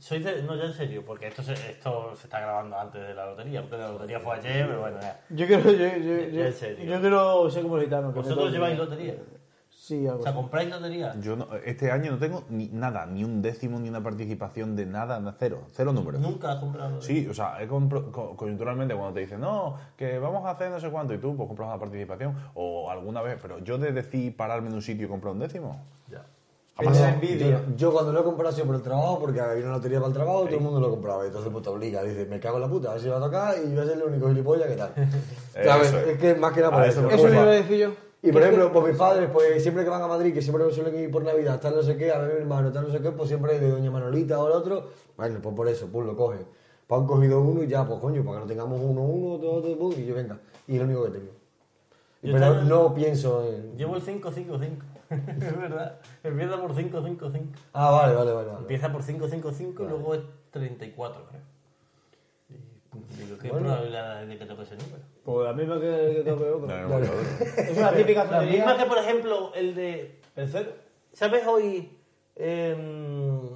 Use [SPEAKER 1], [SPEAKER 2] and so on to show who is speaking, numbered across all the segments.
[SPEAKER 1] Sois de- no, ya en serio, porque esto se, esto se está grabando antes de la lotería, porque la lotería fue ayer, pero bueno, ya.
[SPEAKER 2] Yo quiero, yo, yo, yo,
[SPEAKER 1] En serio.
[SPEAKER 2] yo quiero ser como el gitano. que me
[SPEAKER 1] ¿Vosotros
[SPEAKER 2] toque.
[SPEAKER 1] lleváis lotería?
[SPEAKER 2] Sí, algo
[SPEAKER 1] O sea,
[SPEAKER 2] así.
[SPEAKER 1] ¿compráis lotería?
[SPEAKER 3] Yo no- este año no tengo ni nada, ni un décimo, ni una participación de nada, na- cero, cero números.
[SPEAKER 1] Nunca has comprado lotería.
[SPEAKER 3] Sí, o sea, he compro- co- coyunturalmente cuando te dicen, no, que vamos a hacer no sé cuánto, y tú pues compras una participación, o alguna vez, pero yo de decir pararme en un sitio y comprar un décimo.
[SPEAKER 1] Ya.
[SPEAKER 4] Pero
[SPEAKER 3] Jamás.
[SPEAKER 4] Yo, yo cuando lo he comprado siempre por el trabajo, porque había una lotería para el trabajo, todo el mundo lo compraba. Y entonces pues te obliga, dice, me cago en la puta, a ver si va a tocar y yo voy a ser el único gilipollas que tal. ¿Sabes?
[SPEAKER 3] Eso es.
[SPEAKER 4] Es que más que nada por
[SPEAKER 3] Ah,
[SPEAKER 4] eso.
[SPEAKER 3] eso me
[SPEAKER 2] Eso le iba a
[SPEAKER 3] preocupa.
[SPEAKER 2] decir yo.
[SPEAKER 4] Y por ejemplo, pues mis padres, pues siempre que van a Madrid, que siempre me suelen ir por Navidad, tal no sé qué, a ver mi hermano, tal no sé qué, pues siempre de Doña Manolita o el otro, bueno, pues por eso, pues lo cogen. Pues han cogido uno y ya, pues coño, para que no tengamos uno, uno, todo, todo, pum, y yo venga. Y es lo único que tengo.
[SPEAKER 1] Yo
[SPEAKER 4] Pero
[SPEAKER 1] también-
[SPEAKER 4] no pienso en...
[SPEAKER 1] Llevo el 555. es verdad. Empieza por 555.
[SPEAKER 4] Ah, vale, vale, vale. vale.
[SPEAKER 1] Empieza por 555 y luego es 34, creo. Y, pum, digo, ¿qué probabilidad de que toque ese número?
[SPEAKER 2] Pues la misma que el que toque otro.
[SPEAKER 3] No, no, no, no.
[SPEAKER 2] Es una típica
[SPEAKER 1] La misma que,
[SPEAKER 2] tontería.
[SPEAKER 1] por ejemplo, el de...
[SPEAKER 2] El cero.
[SPEAKER 1] ¿Sabes hoy em,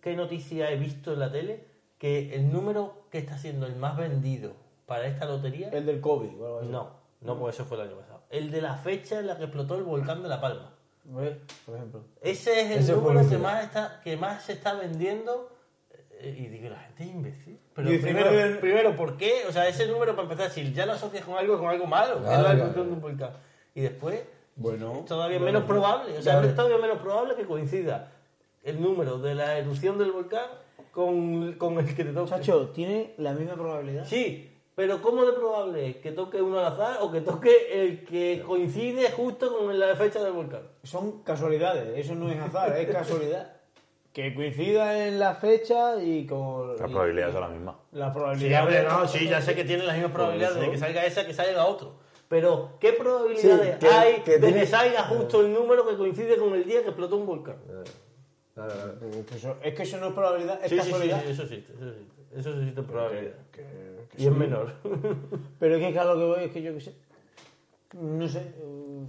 [SPEAKER 1] qué noticia he visto en la tele? Que el número que está siendo el más vendido para esta lotería...
[SPEAKER 2] El del COVID. o algo así.
[SPEAKER 1] No, no, pues eso fue el año pasado. El de la fecha en la que explotó el volcán de La Palma.
[SPEAKER 2] ¿Ves? Por ejemplo.
[SPEAKER 1] Ese es el
[SPEAKER 4] Ese fue
[SPEAKER 1] número
[SPEAKER 4] el
[SPEAKER 1] que
[SPEAKER 4] último.
[SPEAKER 1] más, está, que más se está vendiendo. eh, Y digo, la gente es imbécil. Pero
[SPEAKER 2] 19
[SPEAKER 1] primero, primero, ¿por qué? O sea, ese número para empezar, si ya lo asocias con algo, es con algo malo. que es
[SPEAKER 4] Claro,
[SPEAKER 1] la
[SPEAKER 4] claro.
[SPEAKER 1] erupción de un volcán. Y después,
[SPEAKER 2] Bueno,
[SPEAKER 1] es todavía menos probable. O sea,
[SPEAKER 4] claro.
[SPEAKER 1] es todavía menos probable que coincida el número de la erupción del volcán con, con el que te toca.
[SPEAKER 2] Chacho, tiene la misma probabilidad.
[SPEAKER 1] Sí, pero ¿cómo de probable es que toque uno al azar o que toque el que coincide justo con la fecha del volcán?
[SPEAKER 2] Son casualidades. Eso no es azar, es casualidad. Que coincida en la fecha y con.
[SPEAKER 3] Las probabilidades son las mismas.
[SPEAKER 2] La
[SPEAKER 1] Sí,
[SPEAKER 2] probabilidad.
[SPEAKER 1] hombre, no, sí, ya sé que tienen las mismas probabilidades de que salga esa que salga otro. Pero, ¿qué probabilidades
[SPEAKER 4] Sí, que-
[SPEAKER 1] hay
[SPEAKER 4] que
[SPEAKER 1] de
[SPEAKER 4] tiene-
[SPEAKER 1] que salga justo el número que coincide con el día que explotó un volcán?
[SPEAKER 4] Vale, vale.
[SPEAKER 2] Es que Pues eso- Es que eso no es probabilidad, es
[SPEAKER 1] Sí, sí, sí,
[SPEAKER 2] casualidad.
[SPEAKER 1] eso existe, eso existe. Eso existe en probabilidad. y es menor.
[SPEAKER 2] Pero es que claro lo que voy es que yo qué sé. No sé. eh,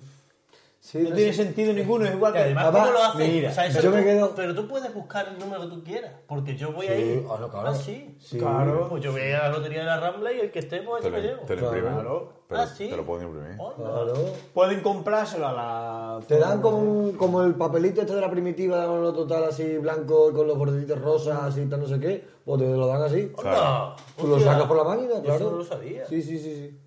[SPEAKER 4] Sí,
[SPEAKER 2] No
[SPEAKER 4] no
[SPEAKER 2] tiene
[SPEAKER 4] sé.
[SPEAKER 2] sentido ninguno, es igual
[SPEAKER 1] Y
[SPEAKER 2] que.
[SPEAKER 1] además,
[SPEAKER 4] Papá,
[SPEAKER 1] ¿cómo lo haces?
[SPEAKER 4] mira,
[SPEAKER 1] O sea, eso
[SPEAKER 4] yo
[SPEAKER 1] tú-
[SPEAKER 4] me quedo-
[SPEAKER 1] Pero tú puedes buscar el número que tú quieras, porque yo voy
[SPEAKER 4] Sí,
[SPEAKER 1] ahí.
[SPEAKER 4] ah, no, claro.
[SPEAKER 1] Ah, sí.
[SPEAKER 4] Sí.
[SPEAKER 2] Claro.
[SPEAKER 1] Pues yo voy a la lotería de la Rambla y el que esté, pues
[SPEAKER 3] Te
[SPEAKER 1] ese me
[SPEAKER 3] lo,
[SPEAKER 1] llevo.
[SPEAKER 3] te lo imprimen.
[SPEAKER 2] Claro. Oh,
[SPEAKER 3] Pero
[SPEAKER 1] Ah, sí.
[SPEAKER 3] Te lo pueden imprimir.
[SPEAKER 1] Onda.
[SPEAKER 4] Claro.
[SPEAKER 2] Pueden comprárselo a la.
[SPEAKER 4] Te dan como, un- como el papelito este de la primitiva, lo total así blanco con los bordelitos rosas, así tal, no sé qué. Pues te lo dan así.
[SPEAKER 1] Onda.
[SPEAKER 4] Tú lo
[SPEAKER 1] Hostia.
[SPEAKER 4] sacas por la máquina,
[SPEAKER 1] Yo
[SPEAKER 4] claro.
[SPEAKER 1] Eso no lo sabía.
[SPEAKER 4] Sí, sí, sí. sí.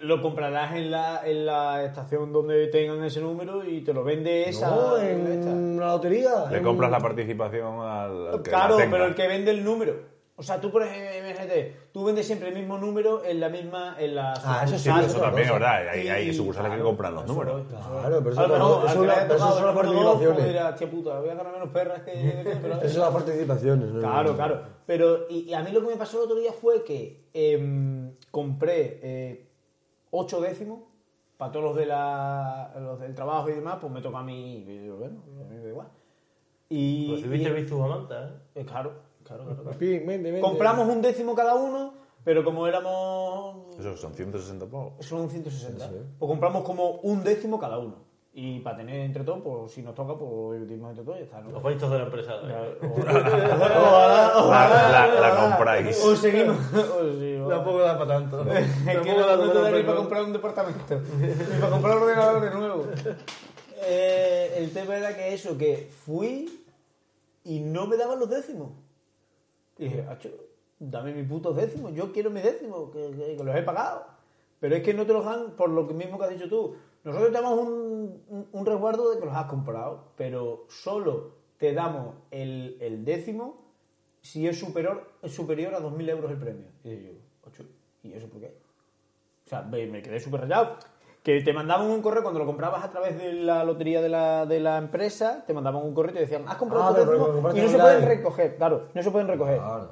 [SPEAKER 2] Lo comprarás en la, en la estación donde tengan ese número y te lo vende esa.
[SPEAKER 4] No, en
[SPEAKER 2] esta.
[SPEAKER 4] una lotería.
[SPEAKER 3] Le
[SPEAKER 4] en-
[SPEAKER 3] compras la participación al, al que la
[SPEAKER 2] Claro,
[SPEAKER 3] tenga.
[SPEAKER 2] pero el que vende el número. O sea, tú, por ejemplo, MGT, tú vendes siempre el mismo número en la misma. En la
[SPEAKER 4] Ah, eso
[SPEAKER 3] Sí,
[SPEAKER 4] sí,
[SPEAKER 2] sucursal.
[SPEAKER 3] pero eso también es
[SPEAKER 4] cosa.
[SPEAKER 3] verdad. Hay, hay
[SPEAKER 2] Y-
[SPEAKER 3] sucursales que
[SPEAKER 2] claro,
[SPEAKER 3] compran los
[SPEAKER 2] eso
[SPEAKER 3] números.
[SPEAKER 2] es, eso es.
[SPEAKER 4] Claro, pero eso
[SPEAKER 2] A lo
[SPEAKER 4] no-
[SPEAKER 2] mejor,
[SPEAKER 4] eso
[SPEAKER 2] al que
[SPEAKER 4] la-
[SPEAKER 2] le haya
[SPEAKER 4] eso
[SPEAKER 2] tocado
[SPEAKER 4] son las
[SPEAKER 2] el número dos,
[SPEAKER 4] participaciones.
[SPEAKER 2] pues dirás, "Hostia puta, voy a ganar menos perras que. este, pero-
[SPEAKER 4] Esas son las participaciones, ¿no?
[SPEAKER 2] Claro, claro. Pero y, y a mí lo que me pasó el otro día fue que em, compré eh, ocho décimos para todos los, de la, los del trabajo y demás, pues me toca a mí, y yo, bueno, a mí me da igual. Y,
[SPEAKER 1] Recibiste
[SPEAKER 2] y-
[SPEAKER 1] visto amanta, ¿eh?
[SPEAKER 2] eh, claro, claro, claro. claro.
[SPEAKER 4] Pim, vente, vente.
[SPEAKER 2] Compramos un décimo cada uno, pero como éramos...
[SPEAKER 3] Eso son 160 pavos.
[SPEAKER 2] Son 160. Pues compramos como un décimo cada uno. Y para tener entre todos, pues si nos toca, pues dividimos entre todos y ya está, ¿no?
[SPEAKER 1] Los paitos de la empresa. ¿eh?
[SPEAKER 2] Ojalá,
[SPEAKER 3] La, la- la
[SPEAKER 1] Ah.
[SPEAKER 3] compráis.
[SPEAKER 2] O seguimos. o sí, o-
[SPEAKER 1] Tampoco da para tanto.
[SPEAKER 2] Es que no no te da ni para comprar un departamento, ni para comprar un ordenador de nuevo. Eh, el tema era que eso, que fui y no me daban los décimos. Y dije, "Acho, dame mis putos décimos, yo quiero mis décimos, que, que- que los he pagado. Pero es que no te los dan por lo que mismo que has dicho tú. Nosotros te damos un, un- un resguardo de que los has comprado, pero solo te damos el, el décimo si es superior, superior a 2.000 euros el premio. Y yo, "Acho, ¿y eso por qué? O sea, me, me quedé súper rayado. Que te mandaban un correo cuando lo comprabas a través de la lotería de la, de la empresa, te mandaban un correo y te decían, has comprado
[SPEAKER 4] Ah,
[SPEAKER 2] tu
[SPEAKER 4] pero
[SPEAKER 2] décimo
[SPEAKER 4] porque compraste
[SPEAKER 2] y no se
[SPEAKER 4] online.
[SPEAKER 2] pueden recoger. Claro, no se pueden recoger. Claro,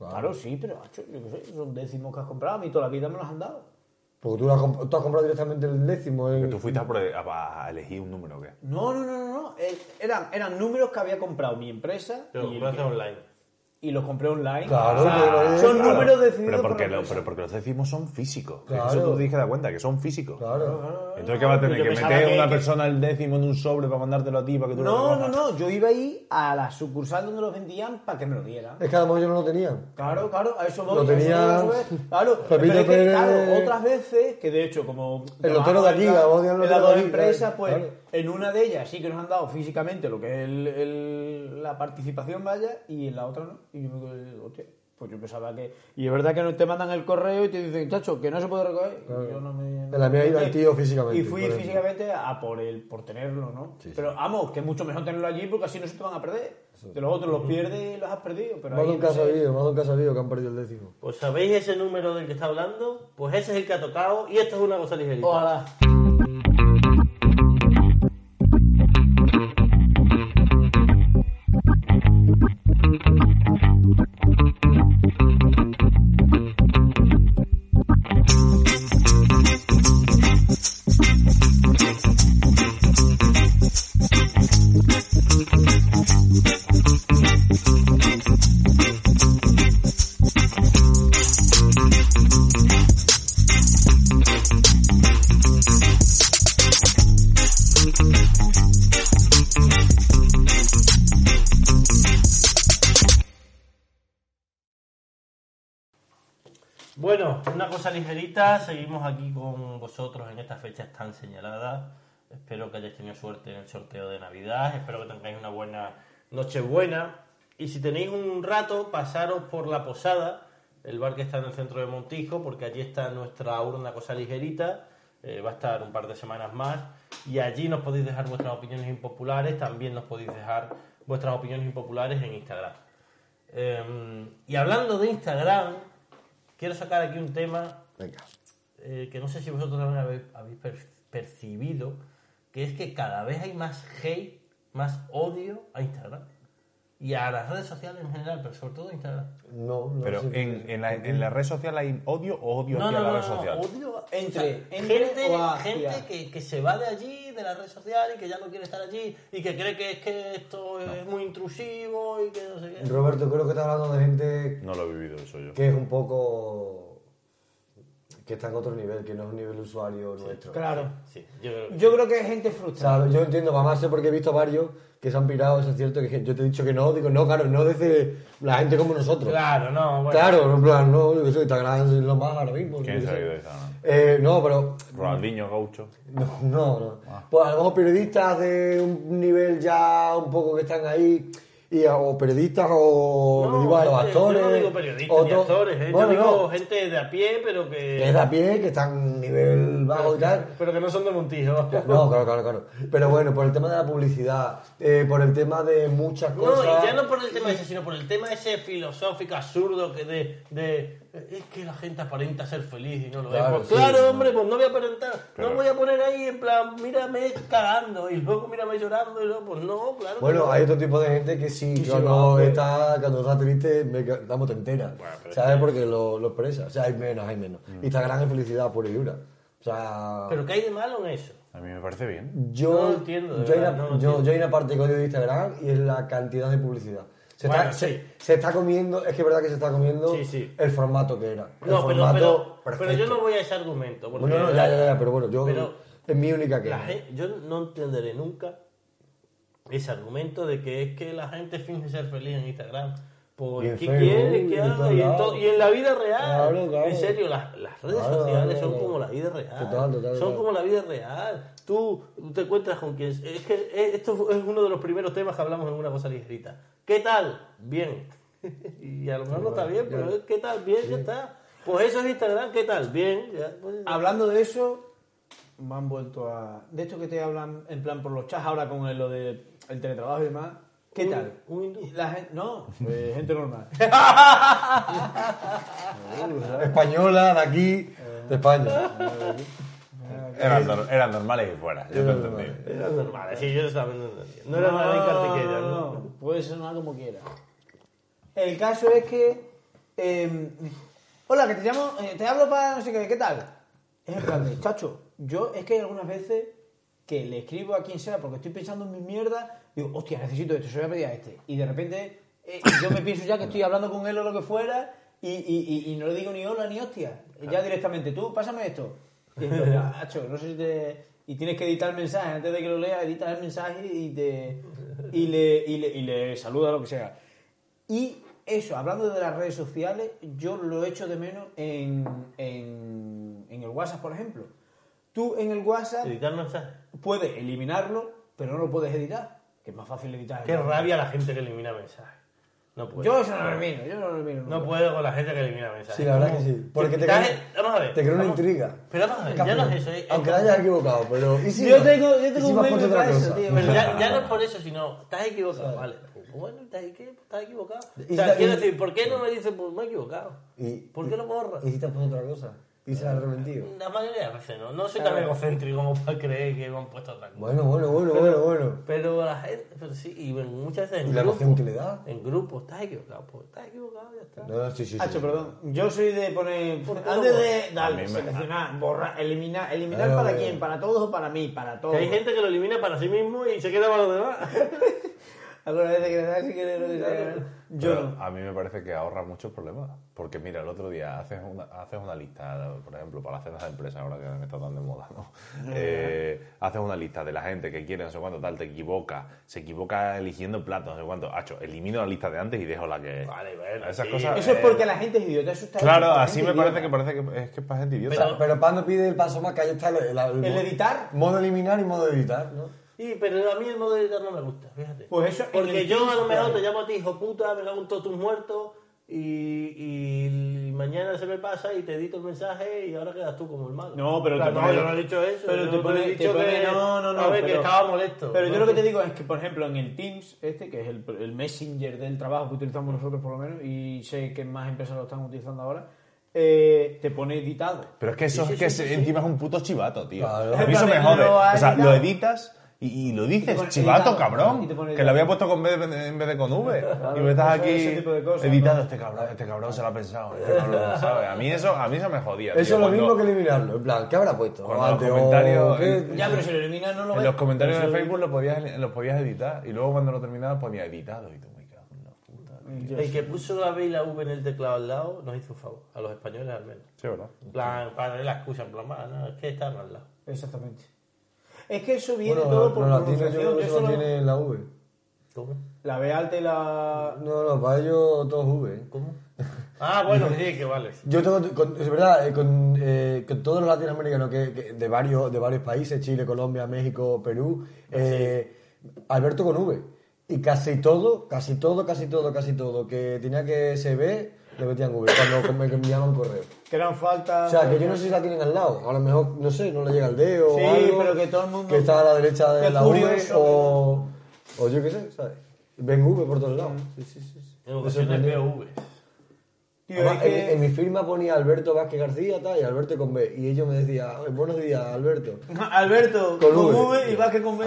[SPEAKER 4] Ah, Claro.
[SPEAKER 2] sí, pero macho, yo qué sé, son décimos que has comprado, a mí toda la vida me los han dado.
[SPEAKER 4] Porque tú, lo has, comp- tú has comprado directamente el décimo. el-
[SPEAKER 3] Que tú fuiste a, pro- a- a elegir un número, ¿qué?
[SPEAKER 2] No, no, no, no, no. Eh, Eran, eran números que había comprado mi empresa
[SPEAKER 1] Pero
[SPEAKER 2] y,
[SPEAKER 1] lo haces online.
[SPEAKER 2] y los compré online.
[SPEAKER 4] Claro, que no es-
[SPEAKER 2] son
[SPEAKER 3] Ah, Claro,
[SPEAKER 2] números decididos
[SPEAKER 3] pero porque,
[SPEAKER 2] por la
[SPEAKER 3] lo-
[SPEAKER 2] empresa.
[SPEAKER 3] pero porque los decimos son físicos. que
[SPEAKER 4] Claro.
[SPEAKER 3] Eso tú te dijiste de cuenta, que son físicos.
[SPEAKER 4] Claro.
[SPEAKER 3] Entonces, ¿qué va a tener?
[SPEAKER 1] Yo
[SPEAKER 3] ¿Que
[SPEAKER 1] pensaba
[SPEAKER 3] meter
[SPEAKER 1] que-
[SPEAKER 3] una
[SPEAKER 1] que-
[SPEAKER 3] persona el décimo en un sobre para mandártelo a ti para que tú lo
[SPEAKER 2] No, no,
[SPEAKER 3] recojas?
[SPEAKER 2] no. Yo iba ahí a la sucursal donde los vendían para que me lo dieran.
[SPEAKER 4] Es que además yo no lo tenía.
[SPEAKER 2] Claro, claro, a eso voy.
[SPEAKER 4] Lo
[SPEAKER 2] a eso
[SPEAKER 4] tenía
[SPEAKER 2] voy, a eso voy. Claro,
[SPEAKER 4] Pepito
[SPEAKER 2] pero es que,
[SPEAKER 4] Pérez.
[SPEAKER 2] claro, otras veces, que de hecho, como.
[SPEAKER 4] El
[SPEAKER 2] trabajo
[SPEAKER 4] lotero de aquí,
[SPEAKER 2] en la-
[SPEAKER 4] vamos a
[SPEAKER 2] en
[SPEAKER 4] decir el
[SPEAKER 2] las
[SPEAKER 4] lotero de
[SPEAKER 2] dos
[SPEAKER 4] aquí,
[SPEAKER 2] empresas,
[SPEAKER 4] claro,
[SPEAKER 2] pues
[SPEAKER 4] eh, claro.
[SPEAKER 2] en una de ellas sí que nos han dado físicamente lo que es el- el- la participación, vaya, y en la otra no. Y yo me quedé, hostia, pues yo pensaba que. Y es verdad que no te mandan el correo y te dicen, chacho, que no se puede recoger. Y yo no me.
[SPEAKER 4] En la mía iba el tío
[SPEAKER 2] Y
[SPEAKER 4] físicamente,
[SPEAKER 2] fui
[SPEAKER 4] por ejemplo.
[SPEAKER 2] físicamente a por el, por tenerlo, ¿no? Pero vamos, que es mucho mejor tenerlo allí porque así no se te van a perder. De los otros los pierdes y los has perdido. Pero
[SPEAKER 4] Más
[SPEAKER 2] ahí
[SPEAKER 4] de un
[SPEAKER 2] no
[SPEAKER 4] caso ha
[SPEAKER 2] sé.
[SPEAKER 4] habido, más de un caso ha habido que han perdido el décimo.
[SPEAKER 1] Pues sabéis ese número del que está hablando, pues ese es el que ha tocado y esto es una cosa ligerita.
[SPEAKER 2] Ojalá.
[SPEAKER 1] Bueno, una cosa ligerita, seguimos aquí con vosotros en estas fechas tan señaladas. Espero que hayáis tenido suerte en el sorteo de Navidad, espero que tengáis una buena Nochebuena. Y si tenéis un rato, pasaros por la Posada, el bar que está en el centro de Montijo, porque allí está nuestra urna cosa ligerita. Eh, va a estar un par de semanas más y allí nos podéis dejar vuestras opiniones impopulares, también nos podéis dejar vuestras opiniones impopulares en Instagram. Eh, y hablando de Instagram, quiero sacar aquí un tema
[SPEAKER 4] Venga.
[SPEAKER 1] eh, que no sé si vosotros también habéis, habéis per- percibido, que es que cada vez hay más hate, más odio a Instagram y a las redes sociales en general, pero sobre todo a Instagram.
[SPEAKER 4] No, no
[SPEAKER 3] Pero
[SPEAKER 4] sé.
[SPEAKER 3] en, en la, en la red social hay odio o odio
[SPEAKER 1] No,
[SPEAKER 3] hacia
[SPEAKER 1] no,
[SPEAKER 3] la
[SPEAKER 1] no,
[SPEAKER 3] red
[SPEAKER 1] no,
[SPEAKER 3] social.
[SPEAKER 1] odio a-
[SPEAKER 2] Entre-
[SPEAKER 1] o sea,
[SPEAKER 2] entre
[SPEAKER 1] gente,
[SPEAKER 2] o hacia.
[SPEAKER 1] gente que, que se va de allí, de la red social y que ya no quiere estar allí y que cree que es que esto es muy intrusivo y que no sé qué.
[SPEAKER 4] Roberto, creo que estás hablando de gente
[SPEAKER 3] No lo he vivido eso yo.
[SPEAKER 4] que es un poco. que está en otro nivel, que no es un nivel usuario nuestro.
[SPEAKER 2] Claro.
[SPEAKER 1] Sí, yo creo que-
[SPEAKER 2] Yo creo que es gente
[SPEAKER 4] O
[SPEAKER 2] frustrada.
[SPEAKER 4] sea, yo entiendo, mamá, sé porque he visto varios que se han pirado, eso es cierto, que yo te he dicho que no, digo, no, claro, no desde la gente como nosotros.
[SPEAKER 1] Claro, no, bueno.
[SPEAKER 4] Claro, en plan, no, yo que soy Instagram es lo más ahora mismo.
[SPEAKER 3] ¿Quién
[SPEAKER 4] yo qué
[SPEAKER 3] se ha
[SPEAKER 4] sé.
[SPEAKER 3] ido de Instagram?
[SPEAKER 4] Eh, no, pero
[SPEAKER 3] Ronaldinho, Gaucho.
[SPEAKER 4] No, no, no. Pues a lo mejor periodistas de un nivel ya un poco que están ahí. Y, o periodistas o
[SPEAKER 1] No,
[SPEAKER 4] lo digo a los
[SPEAKER 1] gente-
[SPEAKER 4] Pues actores.
[SPEAKER 1] Yo no digo periodistas
[SPEAKER 4] o
[SPEAKER 1] ni
[SPEAKER 4] to-
[SPEAKER 1] actores, ¿eh?
[SPEAKER 4] Bueno,
[SPEAKER 1] yo digo eh,
[SPEAKER 4] no,
[SPEAKER 1] gente de a pie, pero
[SPEAKER 4] que es
[SPEAKER 1] que.
[SPEAKER 4] de a pie, que están en nivel
[SPEAKER 1] eh,
[SPEAKER 4] bajo y tal.
[SPEAKER 1] Pero que no son de Montijo.
[SPEAKER 4] No, claro, claro, claro. Pero bueno, por el tema de la publicidad, eh, por el tema de muchas
[SPEAKER 1] No,
[SPEAKER 4] cosas.
[SPEAKER 1] y ya no por el tema ese, sino por el tema ese filosófico absurdo que de, de es que la gente aparenta ser feliz y no lo
[SPEAKER 4] Claro,
[SPEAKER 1] es. Pues
[SPEAKER 4] sí,
[SPEAKER 1] claro,
[SPEAKER 4] no.
[SPEAKER 1] hombre, pues no voy a aparentar,
[SPEAKER 3] Claro.
[SPEAKER 1] no voy a poner ahí en plan, mírame cagando y luego mírame llorando y luego, pues no, claro. que
[SPEAKER 4] Bueno,
[SPEAKER 1] no.
[SPEAKER 4] hay otro tipo de gente que sí,
[SPEAKER 2] se
[SPEAKER 4] cuando
[SPEAKER 2] va,
[SPEAKER 4] está, cuando está triste, me ca- damos te entera.
[SPEAKER 1] pues. pero
[SPEAKER 4] ¿Sabes? Porque lo, lo expresa. O sea, hay menos, hay menos. Instagram es felicidad pura y dura. O sea.
[SPEAKER 1] Pero ¿qué hay de malo en eso?
[SPEAKER 3] A mí me parece bien.
[SPEAKER 4] Yo,
[SPEAKER 1] No lo entiendo, de
[SPEAKER 4] yo, hay
[SPEAKER 1] verdad,
[SPEAKER 4] una,
[SPEAKER 1] no lo
[SPEAKER 4] yo-
[SPEAKER 1] entiendo.
[SPEAKER 4] yo hay una parte que odio de Instagram y es la cantidad de publicidad. Se,
[SPEAKER 1] Bueno,
[SPEAKER 4] está, se-
[SPEAKER 1] sí.
[SPEAKER 4] se, está comiendo, es que es verdad que se está comiendo
[SPEAKER 1] Sí, sí.
[SPEAKER 4] el formato que era. El
[SPEAKER 1] No, pero,
[SPEAKER 4] formato
[SPEAKER 1] pero, pero
[SPEAKER 4] perfecto.
[SPEAKER 1] yo no voy a ese argumento. Porque
[SPEAKER 4] Bueno, no, ya, ya, ya, pero bueno, yo.
[SPEAKER 1] Pero-
[SPEAKER 4] es mi única
[SPEAKER 1] La
[SPEAKER 4] queja.
[SPEAKER 1] gen- yo no entenderé nunca ese argumento de que es que la gente finge ser feliz en Instagram.
[SPEAKER 4] Y
[SPEAKER 1] Pues,
[SPEAKER 4] en
[SPEAKER 1] ¿qué
[SPEAKER 4] Facebook,
[SPEAKER 1] quiere?
[SPEAKER 4] y
[SPEAKER 1] ¿Qué
[SPEAKER 4] en
[SPEAKER 1] haga?
[SPEAKER 4] todos
[SPEAKER 1] Y, en
[SPEAKER 4] lados.
[SPEAKER 1] to- y en la vida real.
[SPEAKER 4] Claro, claro.
[SPEAKER 1] En serio, las, las redes
[SPEAKER 4] Claro,
[SPEAKER 1] sociales
[SPEAKER 4] claro,
[SPEAKER 1] son
[SPEAKER 4] claro.
[SPEAKER 1] como la vida real.
[SPEAKER 4] Total, total,
[SPEAKER 1] son
[SPEAKER 4] total.
[SPEAKER 1] como la vida real. Tú te encuentras con quien... Es que eh, esto es uno de los primeros temas que hablamos en una cosa ligerita. ¿Qué tal? Bien. y a lo mejor no está bien, pero es ¿qué tal? Bien, ya está. Pues eso es Instagram, ¿qué tal? Bien. ya, pues-
[SPEAKER 2] Hablando de eso, me han vuelto a. De esto que te hablan en plan por los chats ahora con el- lo del el teletrabajo y demás. ¿Qué
[SPEAKER 1] Un-
[SPEAKER 2] tal?
[SPEAKER 1] un hindú.
[SPEAKER 2] La gente, no, eh, gente normal.
[SPEAKER 4] Española, de aquí, de España.
[SPEAKER 3] Eran, nor- eran normales y fuera,
[SPEAKER 2] Eh,
[SPEAKER 3] yo te entendí.
[SPEAKER 1] Era normal, sí, yo lo estaba entendiendo. No era nada cartequera, ¿no?
[SPEAKER 2] no, Puede sonar como quiera. El caso em, es que. eh, hola, que te llamo. eh, te hablo para no sé qué, ¿qué tal? Es en plan de, chacho, yo es que hay algunas veces que le escribo a quien sea porque estoy pensando en mi mierda, digo, hostia, necesito esto, se lo voy a pedir a este. Y de repente eh, yo me pienso ya que estoy hablando con él o lo que fuera y, y- y- y no le digo ni hola ni hostia. Ya directamente, tú, pásame esto. Y es como, "Ah, "Chacho, no sé si te... Y tienes que editar el mensaje, antes de que lo lea, editas el mensaje y, te, y, le, y, le, y le saluda lo que sea. Y eso, hablando de las redes sociales, yo lo echo de menos en, en, en el WhatsApp, por ejemplo. Tú en el WhatsApp
[SPEAKER 1] Editar mensajes.
[SPEAKER 2] puedes eliminarlo, pero no lo puedes editar. Que es más fácil editar.
[SPEAKER 1] Qué rabia la gente que elimina mensajes. No puedo.
[SPEAKER 2] Yo eso no lo elimino, yo no lo elimino.
[SPEAKER 1] No puedo con la gente que elimina mensajes.
[SPEAKER 4] Sí, la verdad que sí. Porque te
[SPEAKER 1] Quitar
[SPEAKER 4] crea-
[SPEAKER 1] el- Vamos a ver.
[SPEAKER 4] te crea una
[SPEAKER 1] vamos-
[SPEAKER 4] intriga.
[SPEAKER 1] Pero vamos a ver, ya no es eso. eh.
[SPEAKER 4] Aunque la hayas equivocado, pero. ¿y si
[SPEAKER 2] Yo
[SPEAKER 4] no?
[SPEAKER 2] tengo- yo
[SPEAKER 4] ¿Y
[SPEAKER 2] tengo
[SPEAKER 4] si
[SPEAKER 2] un
[SPEAKER 4] me has
[SPEAKER 2] meme
[SPEAKER 4] puesto otra
[SPEAKER 2] para eso,
[SPEAKER 4] cosa?
[SPEAKER 2] tío.
[SPEAKER 1] Pero ya, ya no es por eso, sino estás equivocado. Vale, pues, bueno, estás, equi- estás equivocado. O
[SPEAKER 4] Y
[SPEAKER 1] sea,
[SPEAKER 4] ta-
[SPEAKER 1] quiero
[SPEAKER 4] y-
[SPEAKER 1] decir, ¿por qué no me dices, pues me he equivocado?
[SPEAKER 4] Y-
[SPEAKER 1] ¿Por qué Mm. lo borras?
[SPEAKER 4] ¿Y si te has puesto otra cosa? ¿Y se ha arrepentido?
[SPEAKER 1] La mayoría de veces no. No soy tan egocéntrico como para creer que me han puesto otra cosa.
[SPEAKER 4] Bueno, bueno, bueno, bueno, bueno.
[SPEAKER 1] Pero la gente, pero sí, y bueno, muchas veces en
[SPEAKER 4] ¿Y la
[SPEAKER 1] grupo,
[SPEAKER 4] emoción que le da?
[SPEAKER 1] En grupo, estás equivocado, pues estás equivocado, ya está.
[SPEAKER 4] No, sí, sí, sí.
[SPEAKER 2] Hacho,
[SPEAKER 4] sí.
[SPEAKER 2] Ah, perdón. Yo soy de poner.
[SPEAKER 1] ¿Por qué
[SPEAKER 2] Antes
[SPEAKER 1] no?
[SPEAKER 2] de
[SPEAKER 3] A mí
[SPEAKER 2] darle,
[SPEAKER 3] me-
[SPEAKER 2] seleccionar, borrar, eliminar. ¿Eliminar
[SPEAKER 4] Claro, eh.
[SPEAKER 2] para quién? ¿Para todos o para mí? Para todos.
[SPEAKER 1] Que hay gente que lo elimina para sí mismo y se queda para los demás.
[SPEAKER 2] Alguna vez que si quieres lo que sea. Yo
[SPEAKER 3] Pero
[SPEAKER 2] no.
[SPEAKER 3] A mí me parece que ahorra muchos problemas. Porque mira, el otro día haces una, haces una lista, por ejemplo, para las cenas de empresa, ahora que está tan de moda, ¿no? Eh, haces una lista de la gente que quiere, no sé cuánto, tal, te equivoca, se equivoca eligiendo platos, no sé cuánto. Hacho, elimino la lista de antes y dejo la que.
[SPEAKER 1] Vale, bueno,
[SPEAKER 3] Esas
[SPEAKER 1] sí.
[SPEAKER 3] cosas.
[SPEAKER 2] Eso es
[SPEAKER 3] eh,
[SPEAKER 2] porque la gente es idiota. Eso está
[SPEAKER 3] Claro,
[SPEAKER 2] hecho por
[SPEAKER 3] así me
[SPEAKER 2] gente
[SPEAKER 3] parece que
[SPEAKER 2] idiota.
[SPEAKER 3] parece que es que es para gente idiota.
[SPEAKER 1] Pero-
[SPEAKER 4] Pero Pando pide el paso más que ahí está el, el-
[SPEAKER 2] El editar.
[SPEAKER 4] Modo eliminar y modo editar, ¿no?
[SPEAKER 1] Y, pero a mí el modo de editar no me gusta, fíjate.
[SPEAKER 2] Pues eso en
[SPEAKER 1] Porque
[SPEAKER 2] el
[SPEAKER 1] yo a lo
[SPEAKER 2] Teams,
[SPEAKER 1] mejor
[SPEAKER 2] claro.
[SPEAKER 1] te llamo a ti, hijo puta, me cago en todos tus muertos y, y mañana se me pasa y te edito el mensaje y ahora quedas tú como el malo.
[SPEAKER 2] No, pero
[SPEAKER 1] Claro,
[SPEAKER 2] te
[SPEAKER 1] no,
[SPEAKER 2] pone-
[SPEAKER 1] yo no he dicho eso.
[SPEAKER 2] Pero
[SPEAKER 1] yo
[SPEAKER 2] te pone,
[SPEAKER 1] he
[SPEAKER 2] te
[SPEAKER 1] dicho
[SPEAKER 2] pone-
[SPEAKER 1] que,
[SPEAKER 2] no, no, no.
[SPEAKER 1] A ver,
[SPEAKER 2] pero-
[SPEAKER 1] que estaba molesto.
[SPEAKER 2] Pero yo
[SPEAKER 1] ¿no?
[SPEAKER 2] lo que te digo es que, por ejemplo, en el Teams, este, que es el, el messenger del trabajo que utilizamos nosotros por lo menos, y sé que más empresas lo están utilizando ahora, eh, te pone editado.
[SPEAKER 3] Pero es que eso
[SPEAKER 1] Sí, sí,
[SPEAKER 3] es que
[SPEAKER 1] sí,
[SPEAKER 3] se-
[SPEAKER 1] sí, sí.
[SPEAKER 3] encima es un puto chivato, tío.
[SPEAKER 4] Claro.
[SPEAKER 3] A mí eso
[SPEAKER 2] Pero
[SPEAKER 3] me
[SPEAKER 2] no
[SPEAKER 3] jode.
[SPEAKER 2] lo has
[SPEAKER 3] o sea,
[SPEAKER 2] editado.
[SPEAKER 3] lo editas y, y lo
[SPEAKER 2] Y te
[SPEAKER 3] dices,
[SPEAKER 2] pones
[SPEAKER 3] chivato,
[SPEAKER 2] editado. Y
[SPEAKER 3] cabrón.
[SPEAKER 2] te pones
[SPEAKER 3] Que lo había
[SPEAKER 2] editado.
[SPEAKER 3] puesto con B de- en vez de con V. y
[SPEAKER 2] Claro,
[SPEAKER 3] me estás
[SPEAKER 2] eso-
[SPEAKER 3] aquí
[SPEAKER 2] ese tipo de cosas,
[SPEAKER 3] editado.
[SPEAKER 2] ¿no?
[SPEAKER 3] Este cabrón, este cabrón se lo ha pensado. este cabrón, ¿sabes? A mí eso, a mí eso me jodía.
[SPEAKER 4] Eso
[SPEAKER 3] tío,
[SPEAKER 4] es lo
[SPEAKER 3] cuando-
[SPEAKER 4] mismo que eliminarlo. En plan, ¿qué habrá puesto?
[SPEAKER 3] Cuando los
[SPEAKER 4] Antes, o
[SPEAKER 3] comentarios-
[SPEAKER 4] qué-
[SPEAKER 3] en-
[SPEAKER 2] Ya, pero si lo eliminas no lo
[SPEAKER 3] En
[SPEAKER 2] ves.
[SPEAKER 3] los comentarios de
[SPEAKER 2] Eso-
[SPEAKER 3] Facebook lo podías, los podías editar. Y luego cuando lo terminabas ponía editado. Y tú, me cago en la puta. tío".
[SPEAKER 1] El que puso la B y la V en el teclado al lado nos hizo un favor, a los españoles al menos.
[SPEAKER 3] Sí, ¿verdad?
[SPEAKER 1] En plan, para darle la excusa, en plan, "Ah, no, es que están al lado.
[SPEAKER 2] Exactamente. Es que eso viene
[SPEAKER 4] Bueno,
[SPEAKER 2] todo por
[SPEAKER 4] los latinos yo
[SPEAKER 2] pronunciación.
[SPEAKER 4] creo que
[SPEAKER 2] Yo
[SPEAKER 4] solo
[SPEAKER 2] solo-
[SPEAKER 4] tienen la V.
[SPEAKER 1] ¿Cómo?
[SPEAKER 2] La B alta y la...
[SPEAKER 4] No, no, para ellos todos V. ¿eh?
[SPEAKER 1] ¿Cómo? Ah, bueno, que sí, que vale.
[SPEAKER 4] Yo tengo, con- es verdad, eh, con, eh, con todos los latinoamericanos que, que- de, varios, de varios países, Chile, Colombia, México, Perú,
[SPEAKER 2] Ah,
[SPEAKER 4] eh, Alberto con V. Y casi todo, casi todo, casi todo, casi todo que tenía que se ve, le metían V cuando me enviaban correo.
[SPEAKER 2] Que eran falta...
[SPEAKER 4] O sea, que yo no sé si la tienen al lado. A lo mejor, no sé, no le llega el dedo
[SPEAKER 2] Sí,
[SPEAKER 4] o algo.
[SPEAKER 2] pero que todo el mundo-
[SPEAKER 4] Que está a la derecha de
[SPEAKER 2] Qué
[SPEAKER 4] la V
[SPEAKER 2] curioso,
[SPEAKER 4] o, o yo qué sé, ¿sabes? Ven V por todos lados.
[SPEAKER 2] Mm.
[SPEAKER 4] Sí, sí, sí. sí.
[SPEAKER 1] En ocasiones veo V.
[SPEAKER 2] Tío,
[SPEAKER 4] Además,
[SPEAKER 2] es
[SPEAKER 4] en,
[SPEAKER 2] que-
[SPEAKER 4] en mi firma ponía Alberto Vázquez García tal, y Alberto con B. Y ellos me decían, buenos días, Alberto.
[SPEAKER 2] Alberto,
[SPEAKER 4] Con
[SPEAKER 2] con,
[SPEAKER 4] V. Ah,
[SPEAKER 2] V y Vázquez con B.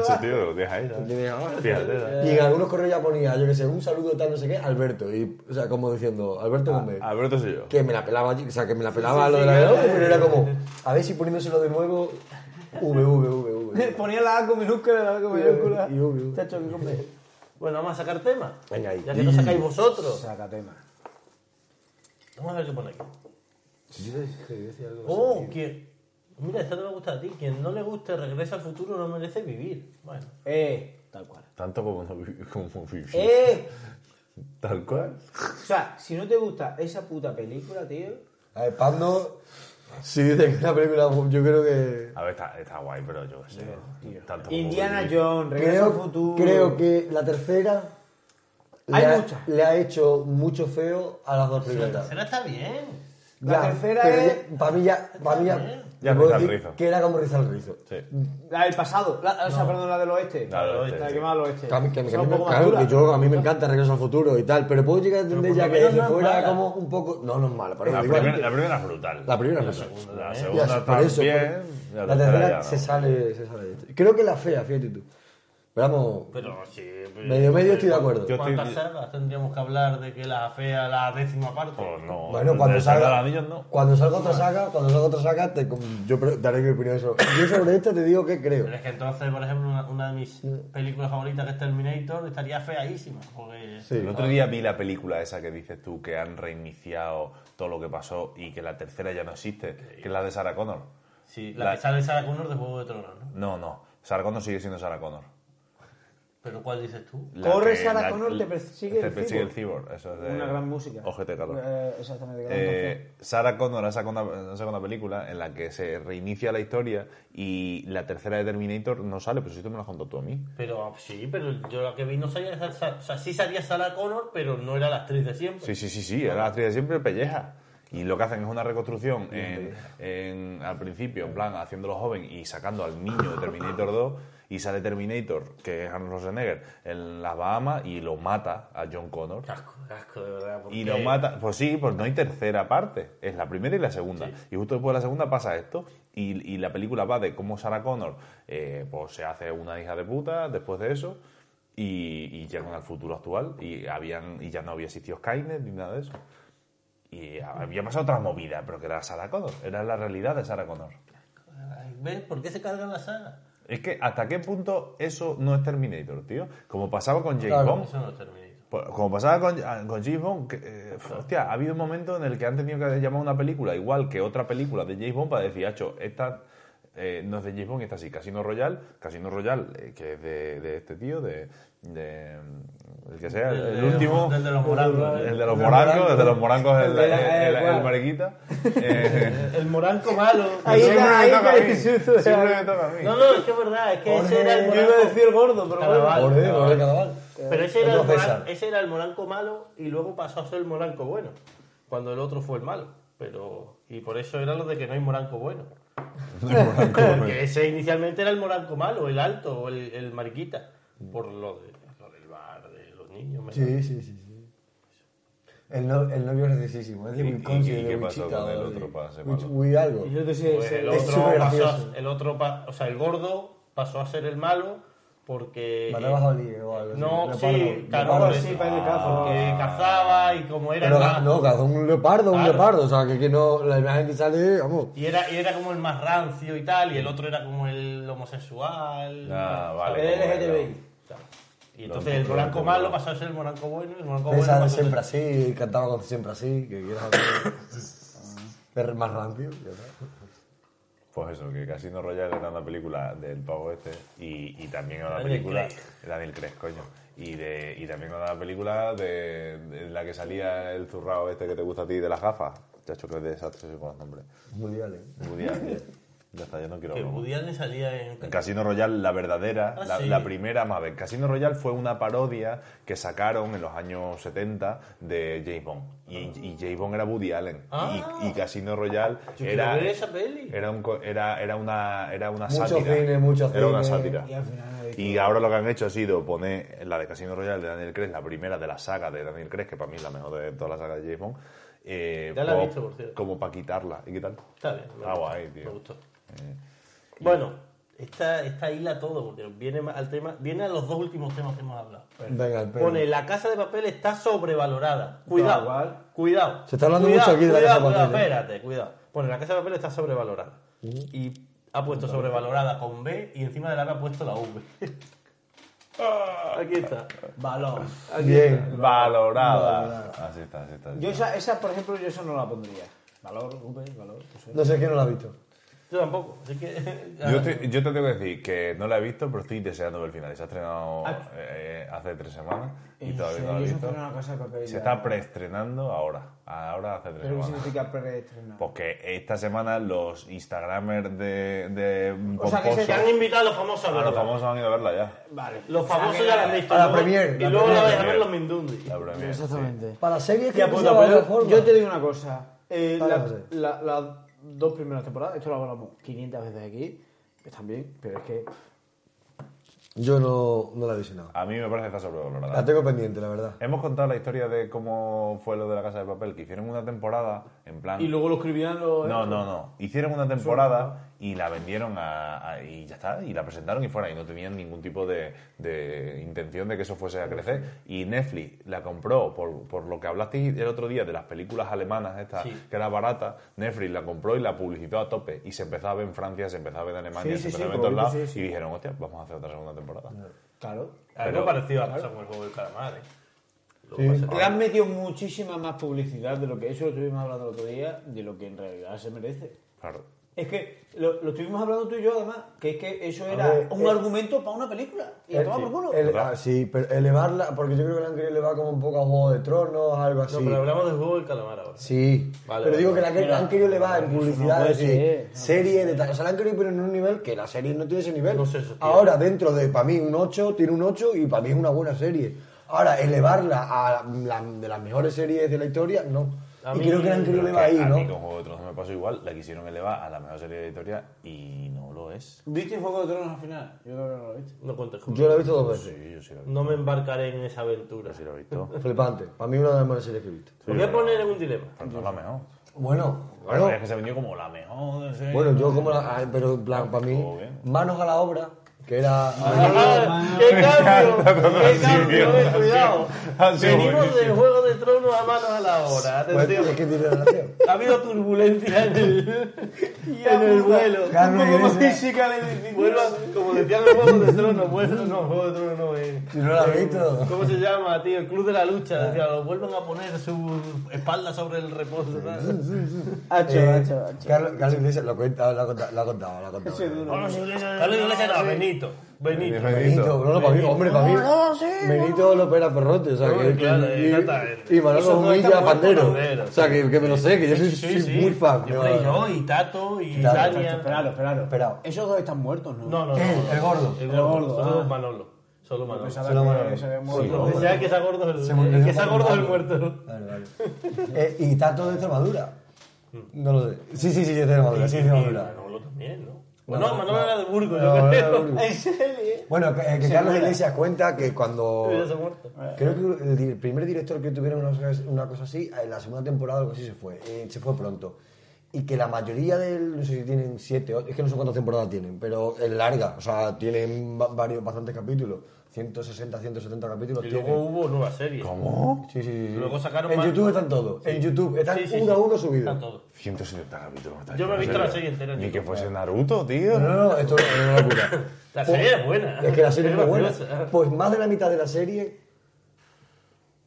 [SPEAKER 3] Ese
[SPEAKER 2] Vázquez.
[SPEAKER 3] tío lo deja ahí. ¿sabes? Fíjate, ¿sabes?
[SPEAKER 4] Y en
[SPEAKER 2] Eh.
[SPEAKER 4] algunos correos ya ponía, yo qué sé, un saludo tal, no sé qué, Alberto. Y, o sea, como diciendo,
[SPEAKER 2] Ah,
[SPEAKER 4] Alberto con B.
[SPEAKER 3] Alberto soy yo.
[SPEAKER 4] Que me la pelaba, o sea, que me la pelaba lo de la B, pero era como, a ver si poniéndoselo de nuevo, V, V, V, V.
[SPEAKER 2] Ponía la A con minúscula y la B con mayúscula.
[SPEAKER 4] Y V.
[SPEAKER 2] Chacho, que con B.
[SPEAKER 1] Bueno, vamos a sacar tema.
[SPEAKER 4] Venga ahí.
[SPEAKER 1] Ya que no sacáis vosotros.
[SPEAKER 2] Saca tema.
[SPEAKER 1] Vamos a ver qué pone aquí. Oh, que. Mira, esta te va a gustar a ti. Quien no le guste Regresa al futuro no merece vivir. Bueno.
[SPEAKER 2] Eh, tal cual.
[SPEAKER 3] Tanto como no vi- como viví.
[SPEAKER 2] Eh,
[SPEAKER 3] Tal cual.
[SPEAKER 2] o sea, si no te gusta esa puta película, tío.
[SPEAKER 4] A ver, Pando, si dice que es una película, yo creo que...
[SPEAKER 3] A ver, está, está guay, pero yo qué sé. Tanto como
[SPEAKER 2] Indiana
[SPEAKER 3] vivir.
[SPEAKER 2] Jones, Regreso al
[SPEAKER 4] Creo,
[SPEAKER 2] futuro.
[SPEAKER 4] creo que la tercera
[SPEAKER 2] Hay
[SPEAKER 4] le ha,
[SPEAKER 2] muchas.
[SPEAKER 4] le ha hecho mucho feo a las dos primeras.
[SPEAKER 1] Será está bien.
[SPEAKER 2] La tercera es-
[SPEAKER 4] Para mí ya. Para mí ya.
[SPEAKER 3] Ya
[SPEAKER 4] te puedo
[SPEAKER 3] rizar el
[SPEAKER 4] decir
[SPEAKER 3] rizo.
[SPEAKER 4] Que era como rizar el rizo.
[SPEAKER 3] Sí.
[SPEAKER 2] La del pasado. La, O sea, perdón, la del oeste.
[SPEAKER 3] La del oeste,
[SPEAKER 2] La
[SPEAKER 3] sí.
[SPEAKER 2] que más al oeste.
[SPEAKER 4] Que a mí, que a mí-
[SPEAKER 2] Está
[SPEAKER 4] que a mí
[SPEAKER 2] un
[SPEAKER 4] me-
[SPEAKER 2] poco más
[SPEAKER 4] claro,
[SPEAKER 2] dura.
[SPEAKER 4] que yo, a mí me encanta Regreso al Futuro y tal, pero puedo llegar a entender
[SPEAKER 1] por
[SPEAKER 4] ya
[SPEAKER 1] lo
[SPEAKER 4] que
[SPEAKER 1] menos
[SPEAKER 4] si
[SPEAKER 1] no es
[SPEAKER 4] fuera
[SPEAKER 1] mala.
[SPEAKER 4] como un poco... No, no es mala, pero
[SPEAKER 3] La
[SPEAKER 4] igual-
[SPEAKER 3] primera, la primera es brutal.
[SPEAKER 4] la primera no sé.
[SPEAKER 3] La
[SPEAKER 4] Ya,
[SPEAKER 3] segunda
[SPEAKER 4] por eso,
[SPEAKER 3] también.
[SPEAKER 4] por-
[SPEAKER 3] La
[SPEAKER 4] la tercera
[SPEAKER 3] ya
[SPEAKER 4] se
[SPEAKER 3] no.
[SPEAKER 4] sale, se sale. de esto. Creo que la fea, fíjate tú. Pero vamos,
[SPEAKER 1] Pero sí. pero-
[SPEAKER 4] medio medio estoy de acuerdo.
[SPEAKER 3] eh, Yo estoy-
[SPEAKER 1] ¿Cuántas cerdas tendríamos que hablar de que la afea la décima parte?
[SPEAKER 3] Pues no.
[SPEAKER 4] Bueno, cuando
[SPEAKER 3] de
[SPEAKER 4] salga-
[SPEAKER 3] Señor de los Anillos, no.
[SPEAKER 4] Cuando salga otra saga, cuando salga otra saga, te- yo pre- daré mi opinión sobre eso. Yo sobre esta te digo que creo.
[SPEAKER 1] Pero es que entonces, por ejemplo, una, una de mis películas favoritas que es Terminator estaría feísima. Porque...
[SPEAKER 4] Sí.
[SPEAKER 3] El otro día vi la película esa que dices tú que han reiniciado todo lo que pasó y que la tercera ya no existe, que es la de Sarah Connor.
[SPEAKER 1] Sí, la,
[SPEAKER 3] La-
[SPEAKER 1] que sale Sarah Connor de Juego de Tronos, ¿no?
[SPEAKER 3] No, no. Sarah Connor sigue siendo Sarah Connor.
[SPEAKER 1] Pero ¿cuál dices tú?
[SPEAKER 3] La
[SPEAKER 2] Corre
[SPEAKER 3] que-
[SPEAKER 2] Sarah Connor, te persigue
[SPEAKER 3] te
[SPEAKER 2] el
[SPEAKER 3] persigue
[SPEAKER 2] cibor.
[SPEAKER 3] cibor. Eso es de
[SPEAKER 2] Una gran música.
[SPEAKER 3] OGT 14.
[SPEAKER 2] Eh, exactamente. gran canción.
[SPEAKER 3] Eh, Sarah Connor ha sacado una, ha sacado una película en la que se reinicia la historia y la tercera de Terminator no sale, pero si tú me la has contado tú a mí.
[SPEAKER 1] Pero ah, sí, pero yo la que vi no salía. esa- esa- O sea, sí salía Sarah Connor, pero no era la actriz de siempre.
[SPEAKER 3] Sí, sí, sí, sí, era la actriz de siempre pelleja. Y lo que hacen es una reconstrucción en, en- al principio, en plan, haciéndolo joven y sacando al niño de Terminator 2. Y sale Terminator, que es Arnold Schwarzenegger, en las Bahamas y lo mata a John Connor.
[SPEAKER 1] Casco, casco, de verdad. porque-
[SPEAKER 3] Y lo mata. Pues sí, pues no hay tercera parte. Es la primera y la segunda. Y justo después de la segunda pasa esto. Y, y la película va de cómo Sarah Connor eh, pues se hace una hija de puta después de eso. Y, y llegan al futuro actual. Y habían y ya no había sitios Skynet ni nada de eso. Y había pasado otra movida, pero que era Sarah Connor. Era la realidad de Sarah Connor.
[SPEAKER 1] Ay, ¿Ves por qué se cargan la saga?
[SPEAKER 3] Es que hasta qué punto eso no es Terminator, tío. Como pasaba con James
[SPEAKER 4] Claro.
[SPEAKER 3] Bond.
[SPEAKER 1] Eso no es Terminator.
[SPEAKER 3] Por- Pues, Como pasaba con, a- con James Bond, que, eh, f- hostia, ha habido un momento en el que han tenido que llamar a una película igual que otra película de James Bond para decir, hacho, esta eh, no es de James Bond, esta sí, Casino Royale, Casino Royale, eh, que es de, de este tío, de, de, mm, el que sea, el,
[SPEAKER 1] Del
[SPEAKER 3] el
[SPEAKER 1] de-
[SPEAKER 3] último,
[SPEAKER 1] del de los eh. morancos.
[SPEAKER 3] el de los morancos, el de los morancos, el,
[SPEAKER 2] El de
[SPEAKER 3] el,
[SPEAKER 2] la-
[SPEAKER 3] el-
[SPEAKER 2] eh,
[SPEAKER 3] el mariquita. Eh,
[SPEAKER 1] El moranco malo.
[SPEAKER 2] Ahí
[SPEAKER 3] siempre
[SPEAKER 2] está,
[SPEAKER 3] me
[SPEAKER 2] ahí
[SPEAKER 3] toca a
[SPEAKER 2] está el
[SPEAKER 3] mí,
[SPEAKER 2] susto de-
[SPEAKER 3] siempre me toca a mí.
[SPEAKER 1] No, no, es que es verdad, es que ese era el
[SPEAKER 2] Yo iba a decir el gordo, pero
[SPEAKER 1] Carnaval.
[SPEAKER 2] bueno.
[SPEAKER 4] Por eh. él, por el carnaval.
[SPEAKER 1] Pero ese era, el
[SPEAKER 4] Otro
[SPEAKER 1] molan-
[SPEAKER 4] César.
[SPEAKER 1] ese era el molanco malo y luego pasó a ser el molanco bueno. Cuando el otro fue el malo. Pero, y por eso era lo de que no hay molanco bueno. Porque ese inicialmente era el molanco malo, el alto o el, el mariquita. Por lo, de, lo del bar, de los niños. me
[SPEAKER 4] Sí, sí, sí. sí. El, no- el novio es graciosísimo. Es de
[SPEAKER 3] ¿Y- y-
[SPEAKER 4] Wisconsin,
[SPEAKER 3] y
[SPEAKER 4] de
[SPEAKER 3] qué pasó
[SPEAKER 4] Wichita,
[SPEAKER 3] con el
[SPEAKER 4] de-
[SPEAKER 3] otro para ese
[SPEAKER 4] Wich-
[SPEAKER 3] palo?
[SPEAKER 4] Wich- algo.
[SPEAKER 2] Y yo te
[SPEAKER 1] Pues el
[SPEAKER 4] es
[SPEAKER 1] otro,
[SPEAKER 4] súper
[SPEAKER 1] pasó a-
[SPEAKER 4] gracioso.
[SPEAKER 1] el otro pa- o sea, el gordo pasó a ser el malo porque...
[SPEAKER 4] Matabas a Oliver o algo así,
[SPEAKER 1] No,
[SPEAKER 4] leopardo,
[SPEAKER 1] sí,
[SPEAKER 4] leopardo,
[SPEAKER 1] claro,
[SPEAKER 2] sí,
[SPEAKER 1] sí,
[SPEAKER 2] para el cazo.
[SPEAKER 1] porque cazaba y como era...
[SPEAKER 4] Pero
[SPEAKER 1] el
[SPEAKER 4] ga-
[SPEAKER 1] más-
[SPEAKER 4] no, cazó un leopardo, un
[SPEAKER 1] Claro.
[SPEAKER 4] leopardo. O sea, que, que no, la imagen que sale, vamos.
[SPEAKER 1] Y era, y era como el más rancio y tal, y el otro era como el homosexual.
[SPEAKER 3] Ah, vale.
[SPEAKER 2] El LGTBI.
[SPEAKER 1] Y entonces el
[SPEAKER 3] Lo-
[SPEAKER 1] moranco
[SPEAKER 3] lo-
[SPEAKER 1] malo pasó a ser el moranco bueno, y el moranco bueno
[SPEAKER 4] Pensaba
[SPEAKER 1] pasó a ser-
[SPEAKER 4] siempre así, cantaba con siempre así, que quieras algo de más rápido. ya está.
[SPEAKER 3] Pues eso, que Casino Royale era una película del pavo este y, y también era una
[SPEAKER 1] Daniel
[SPEAKER 3] película...
[SPEAKER 1] Craig.
[SPEAKER 3] Daniel Craig, coño. Y, de, y también era una película de, de la que salía el zurrao este que te gusta a ti de las gafas. Chacho, que desastre soy con los nombres.
[SPEAKER 4] Mundial, ¿eh?
[SPEAKER 3] Woody Allen. Ya está, yo no quiero
[SPEAKER 1] Que
[SPEAKER 3] hablar más.
[SPEAKER 1] Woody Allen salía en...
[SPEAKER 3] En Casino Royale, la verdadera,
[SPEAKER 1] Ah,
[SPEAKER 3] la,
[SPEAKER 1] sí.
[SPEAKER 3] la primera, más bien, Casino Royale fue una parodia que sacaron en los años 70 de James Bond. Y, y James Bond era Woody Allen.
[SPEAKER 1] Ah.
[SPEAKER 3] Y, y Casino Royale
[SPEAKER 1] Yo quiero
[SPEAKER 3] era,
[SPEAKER 1] ver esa peli.
[SPEAKER 3] era, un co- era, era una, era una
[SPEAKER 4] Mucho
[SPEAKER 3] sátira.
[SPEAKER 4] cine, mucho
[SPEAKER 3] era una
[SPEAKER 4] cine.
[SPEAKER 3] sátira.
[SPEAKER 2] Y al final nadie
[SPEAKER 3] Y ahora lo que han hecho ha sido poner la de Casino Royale de Daniel Craig, la primera de la saga de Daniel Craig, que para mí es la mejor de toda la saga de James Bond, eh,
[SPEAKER 1] Ya la he
[SPEAKER 3] como,
[SPEAKER 1] visto, por cierto.
[SPEAKER 3] para quitarla. ¿Y qué tal?
[SPEAKER 1] Está bien, me
[SPEAKER 3] Ah,
[SPEAKER 1] gustó,
[SPEAKER 3] guay, tío.
[SPEAKER 1] Me gustó.
[SPEAKER 4] Eh,
[SPEAKER 1] Bueno, esta, esta isla todo, porque viene ma- al tema, viene a los dos últimos temas que hemos hablado.
[SPEAKER 4] Venga, el
[SPEAKER 1] Pone,
[SPEAKER 4] pelo.
[SPEAKER 1] la casa de papel está sobrevalorada. Cuidado,
[SPEAKER 2] igual.
[SPEAKER 1] cuidado.
[SPEAKER 4] Se está hablando
[SPEAKER 1] Cuidado,
[SPEAKER 4] mucho aquí de la
[SPEAKER 1] cuidado,
[SPEAKER 4] Casa de
[SPEAKER 1] cuidado,
[SPEAKER 4] Papel, ¿eh? Mm.
[SPEAKER 1] Espérate, cuidado. Pone, la casa de papel está sobrevalorada. Y ha puesto sobrevalorada con B y encima de la B ha puesto la V. Ah, aquí está.
[SPEAKER 2] Balón.
[SPEAKER 4] Bien.
[SPEAKER 3] Valorada. Así está, así está. así
[SPEAKER 2] Yo
[SPEAKER 3] está.
[SPEAKER 2] esa, esa, por ejemplo, yo esa no la pondría. Valor, Rupert, valor. tú sabes.
[SPEAKER 4] No sé quién no lo ha visto.
[SPEAKER 1] Yo tampoco. Así que.
[SPEAKER 3] Yo, estoy- yo te tengo que decir que no la he visto, pero estoy deseando ver el final. Se ha estrenado eh, hace tres semanas y
[SPEAKER 2] Ah. En
[SPEAKER 3] todavía no
[SPEAKER 2] serio,
[SPEAKER 3] la he
[SPEAKER 2] eso
[SPEAKER 3] visto.
[SPEAKER 2] fue una casa de papel
[SPEAKER 3] Se
[SPEAKER 2] ya.
[SPEAKER 3] está preestrenando ahora. Ahora hace tres
[SPEAKER 2] Pero ¿qué
[SPEAKER 3] semanas.
[SPEAKER 2] significa preestrenar?
[SPEAKER 3] Porque esta semana los Instagramers de, de
[SPEAKER 2] O sea, que se
[SPEAKER 1] Te han invitado a los famosos
[SPEAKER 4] Ah,
[SPEAKER 1] a
[SPEAKER 3] a los
[SPEAKER 1] verla.
[SPEAKER 3] famosos han ido a verla ya.
[SPEAKER 2] Vale.
[SPEAKER 1] Los
[SPEAKER 2] O
[SPEAKER 1] famosos
[SPEAKER 2] sea,
[SPEAKER 1] ya
[SPEAKER 2] que-
[SPEAKER 1] Ah, la han visto.
[SPEAKER 4] a la
[SPEAKER 1] luego-
[SPEAKER 4] Premiere,
[SPEAKER 1] Y
[SPEAKER 4] la
[SPEAKER 1] luego la
[SPEAKER 4] Premiere.
[SPEAKER 1] dejan ver los Mindundi.
[SPEAKER 3] La premier.
[SPEAKER 2] Exactamente.
[SPEAKER 4] Para series que
[SPEAKER 2] Tía
[SPEAKER 4] no
[SPEAKER 2] puta,
[SPEAKER 4] se
[SPEAKER 2] pero
[SPEAKER 4] valora,
[SPEAKER 2] pues, yo te digo una cosa. Eh,
[SPEAKER 4] Vale,
[SPEAKER 2] la-
[SPEAKER 4] vale.
[SPEAKER 2] la- Las dos primeras temporadas, esto lo hablamos 500 veces aquí, están bien, pero es que
[SPEAKER 4] Yo no, no la he visionado.
[SPEAKER 3] A mí me parece que está
[SPEAKER 4] La
[SPEAKER 3] sobrevalorada.
[SPEAKER 4] tengo pendiente, la verdad.
[SPEAKER 3] Hemos contado la historia de cómo fue lo de la Casa de Papel, que hicieron una temporada en plan...
[SPEAKER 2] Y luego lo escribían los.
[SPEAKER 3] No, no, no. Hicieron una temporada y la vendieron a, a- y ya está, y la presentaron y fuera, y no tenían ningún tipo de, de intención de que eso fuese a crecer. Y Netflix la compró, por, por lo que hablasteis el otro día de las películas alemanas estas,
[SPEAKER 1] Sí.
[SPEAKER 3] que era barata, Netflix la compró y la publicitó a tope, y se empezaba a ver en Francia, se empezaba a ver en Alemania,
[SPEAKER 2] Sí,
[SPEAKER 3] se
[SPEAKER 2] sí,
[SPEAKER 3] empezaba a ver
[SPEAKER 2] sí,
[SPEAKER 3] en todos
[SPEAKER 2] como
[SPEAKER 3] lados,
[SPEAKER 2] dices, sí,
[SPEAKER 3] y
[SPEAKER 2] sí.
[SPEAKER 3] dijeron, hostia, vamos a hacer otra segunda temporada.
[SPEAKER 2] Claro.
[SPEAKER 1] Algo
[SPEAKER 3] Pero-
[SPEAKER 1] parecido ha pasado con el juego del calamar, ¿eh? Lo que
[SPEAKER 4] Sí.
[SPEAKER 1] pasa es que-
[SPEAKER 2] Pues, Le han metido muchísima más publicidad de lo que eso lo estuvimos hablando el otro día, de lo que en realidad se merece.
[SPEAKER 3] Claro.
[SPEAKER 2] Es que lo, lo estuvimos hablando tú y yo, además, que es que eso era
[SPEAKER 4] ver,
[SPEAKER 2] un
[SPEAKER 4] eh,
[SPEAKER 2] argumento para una película. Y a
[SPEAKER 4] El-
[SPEAKER 2] tomar por culo.
[SPEAKER 4] el- ah, sí, pero elevarla, porque yo creo que la han querido elevar como un poco a Juego de Tronos, algo así.
[SPEAKER 1] No, pero hablamos del juego del calamar ahora.
[SPEAKER 4] Sí,
[SPEAKER 1] Vale, vale,
[SPEAKER 4] pero digo
[SPEAKER 1] vale.
[SPEAKER 4] que la, que- la han querido elevar en
[SPEAKER 2] eso no
[SPEAKER 4] publicidad,
[SPEAKER 2] puede
[SPEAKER 4] es decir,
[SPEAKER 2] ser. No
[SPEAKER 4] serie de tal. O sea, la han querido poner en un nivel que la serie no tiene ese nivel.
[SPEAKER 1] No se sostiene.
[SPEAKER 4] Ahora, dentro de, para mí, un 8, tiene un 8 y para mí es una buena serie. Ahora, elevarla a la- de las mejores series de la historia, no.
[SPEAKER 1] A
[SPEAKER 4] y
[SPEAKER 1] mí-
[SPEAKER 4] creo que la han querido
[SPEAKER 3] Pero es
[SPEAKER 4] elevar ahí,
[SPEAKER 3] que a mí
[SPEAKER 4] ¿no?
[SPEAKER 3] con Juego de Tronos me pasó igual. La quisieron elevar a la mejor serie de historia y no lo es.
[SPEAKER 2] ¿Viste Juego de Tronos al final? Yo creo que no lo viste.
[SPEAKER 1] No cuentes
[SPEAKER 4] Yo
[SPEAKER 1] conmigo.
[SPEAKER 4] la he visto dos veces.
[SPEAKER 3] Sí, yo sí lo he visto.
[SPEAKER 1] No me embarcaré en esa aventura.
[SPEAKER 3] Yo sí lo he visto.
[SPEAKER 4] Flipante. Para mí, una de las mejores series que he visto.
[SPEAKER 1] Os voy a poner en un dilema.
[SPEAKER 3] Pero no es la mejor.
[SPEAKER 4] Bueno,
[SPEAKER 3] Bueno,
[SPEAKER 4] bueno, eh.
[SPEAKER 3] es que se vendió como la mejor. serie.
[SPEAKER 4] bueno yo como la. ah, Pero, en plan, para mí,
[SPEAKER 3] Joder.
[SPEAKER 4] manos a la obra, que era.
[SPEAKER 1] Ah, ¡Qué cambio! ¡Qué cambio! eh, Cuidado.
[SPEAKER 3] Ha sido
[SPEAKER 1] Venimos del
[SPEAKER 3] buenísimo.
[SPEAKER 1] Juego de Tronos a manos a la hora.
[SPEAKER 4] Pues,
[SPEAKER 1] Atención.
[SPEAKER 4] es que tiene relación.
[SPEAKER 1] Ha habido turbulencia en el, en el vuelo.
[SPEAKER 4] Carmen
[SPEAKER 2] un poco más
[SPEAKER 4] Iglesias.
[SPEAKER 2] física de
[SPEAKER 1] Vuelva, como decían los Juegos de Tronos, vuelvan no, Juego de Tronos no eh.
[SPEAKER 4] Si no la has visto.
[SPEAKER 1] ¿Cómo se llama, tío? El Club de la
[SPEAKER 4] Ah.
[SPEAKER 1] Lucha. Decía, lo vuelvan a poner su espalda sobre el reposo. ¿sabes?
[SPEAKER 2] Hacho,
[SPEAKER 4] Eh,
[SPEAKER 2] hacho, hacho.
[SPEAKER 4] Carlos, Carlos Iglesias lo cuenta, lo ha contado, lo ha contado. Lo ha contado.
[SPEAKER 1] Carlos Iglesias, no, Benito. Benito.
[SPEAKER 4] Benito, no, no, para mí, hombre, para mí. Benito López era Perrote, o sea,
[SPEAKER 1] Hombre,
[SPEAKER 4] que,
[SPEAKER 1] claro,
[SPEAKER 4] que-
[SPEAKER 1] exactamente.
[SPEAKER 4] y, y Manolo
[SPEAKER 2] Esos dos
[SPEAKER 4] Humilla,
[SPEAKER 2] están muy
[SPEAKER 4] Pandero.
[SPEAKER 1] panderos,
[SPEAKER 4] O sea, que, que me lo sé, que yo soy, soy muy fan.
[SPEAKER 1] Yo, hombre, yo, y Tato, y
[SPEAKER 4] Tato,
[SPEAKER 1] Dania.
[SPEAKER 2] Esperalo, esperalo.
[SPEAKER 4] Esperado.
[SPEAKER 2] Esos dos están muertos, ¿no?
[SPEAKER 1] No, no, no.
[SPEAKER 4] ¿Qué? ¿El gordo?
[SPEAKER 1] El
[SPEAKER 2] El
[SPEAKER 1] gordo.
[SPEAKER 2] gordo,
[SPEAKER 1] Solo
[SPEAKER 2] ah.
[SPEAKER 1] Manolo. Solo Manolo.
[SPEAKER 2] Pensaba
[SPEAKER 4] Solo
[SPEAKER 2] que
[SPEAKER 4] Manolo.
[SPEAKER 2] se habían
[SPEAKER 4] Sí,
[SPEAKER 2] muerto.
[SPEAKER 1] Lo que sea que sea gordo es
[SPEAKER 4] Se
[SPEAKER 1] el, el
[SPEAKER 4] murió
[SPEAKER 1] que sea gordo es el
[SPEAKER 4] Manolo.
[SPEAKER 1] muerto.
[SPEAKER 4] Vale, vale. Eh, y Tato de Extremadura.
[SPEAKER 1] Hmm.
[SPEAKER 4] No lo sé. Sí, sí, sí, es de Extremadura, sí, es de
[SPEAKER 1] Y
[SPEAKER 4] Extremadura.
[SPEAKER 1] Manolo también, ¿no?
[SPEAKER 4] No,
[SPEAKER 1] No, Manolo
[SPEAKER 4] no.
[SPEAKER 1] era de Burgos,
[SPEAKER 4] No,
[SPEAKER 1] yo
[SPEAKER 4] era de
[SPEAKER 1] creo.
[SPEAKER 4] Burgos.
[SPEAKER 2] ¿En serio?
[SPEAKER 4] Bueno, que, que
[SPEAKER 2] Se
[SPEAKER 4] Carlos
[SPEAKER 2] muera.
[SPEAKER 4] Iglesias cuenta que cuando.
[SPEAKER 1] Ya se ha muerto.
[SPEAKER 4] Creo que el, di- primer director que tuviera una, cosa- una cosa así, en la segunda temporada algo así se fue, eh, se fue pronto. Y que la mayoría del, no sé si tienen siete, o- es que no sé cuántas temporadas tienen, pero es larga, o sea, tienen va- varios, bastantes capítulos, 160, 170 capítulos.
[SPEAKER 1] Y
[SPEAKER 4] tienen.
[SPEAKER 1] luego hubo nueva serie.
[SPEAKER 3] ¿Cómo?
[SPEAKER 4] Sí, sí, sí, sí.
[SPEAKER 1] luego sacaron
[SPEAKER 4] en
[SPEAKER 1] más-
[SPEAKER 4] YouTube están todos, en YouTube están
[SPEAKER 1] Sí, sí,
[SPEAKER 4] uno a
[SPEAKER 1] sí.
[SPEAKER 4] uno
[SPEAKER 1] Está
[SPEAKER 4] subidos.
[SPEAKER 1] todo.
[SPEAKER 3] 170 capítulos. ¿me estás
[SPEAKER 1] Yo me he visto
[SPEAKER 3] diciendo
[SPEAKER 1] la
[SPEAKER 3] en
[SPEAKER 1] serie
[SPEAKER 3] serio?
[SPEAKER 1] entera en
[SPEAKER 3] Ni que
[SPEAKER 1] YouTube.
[SPEAKER 3] fuese Naruto, tío.
[SPEAKER 4] No, no, no, esto es una locura.
[SPEAKER 1] La
[SPEAKER 4] Pues-
[SPEAKER 1] serie es buena.
[SPEAKER 4] Es que la serie es muy buena.
[SPEAKER 1] graciosa.
[SPEAKER 4] Pues más de la mitad de la serie,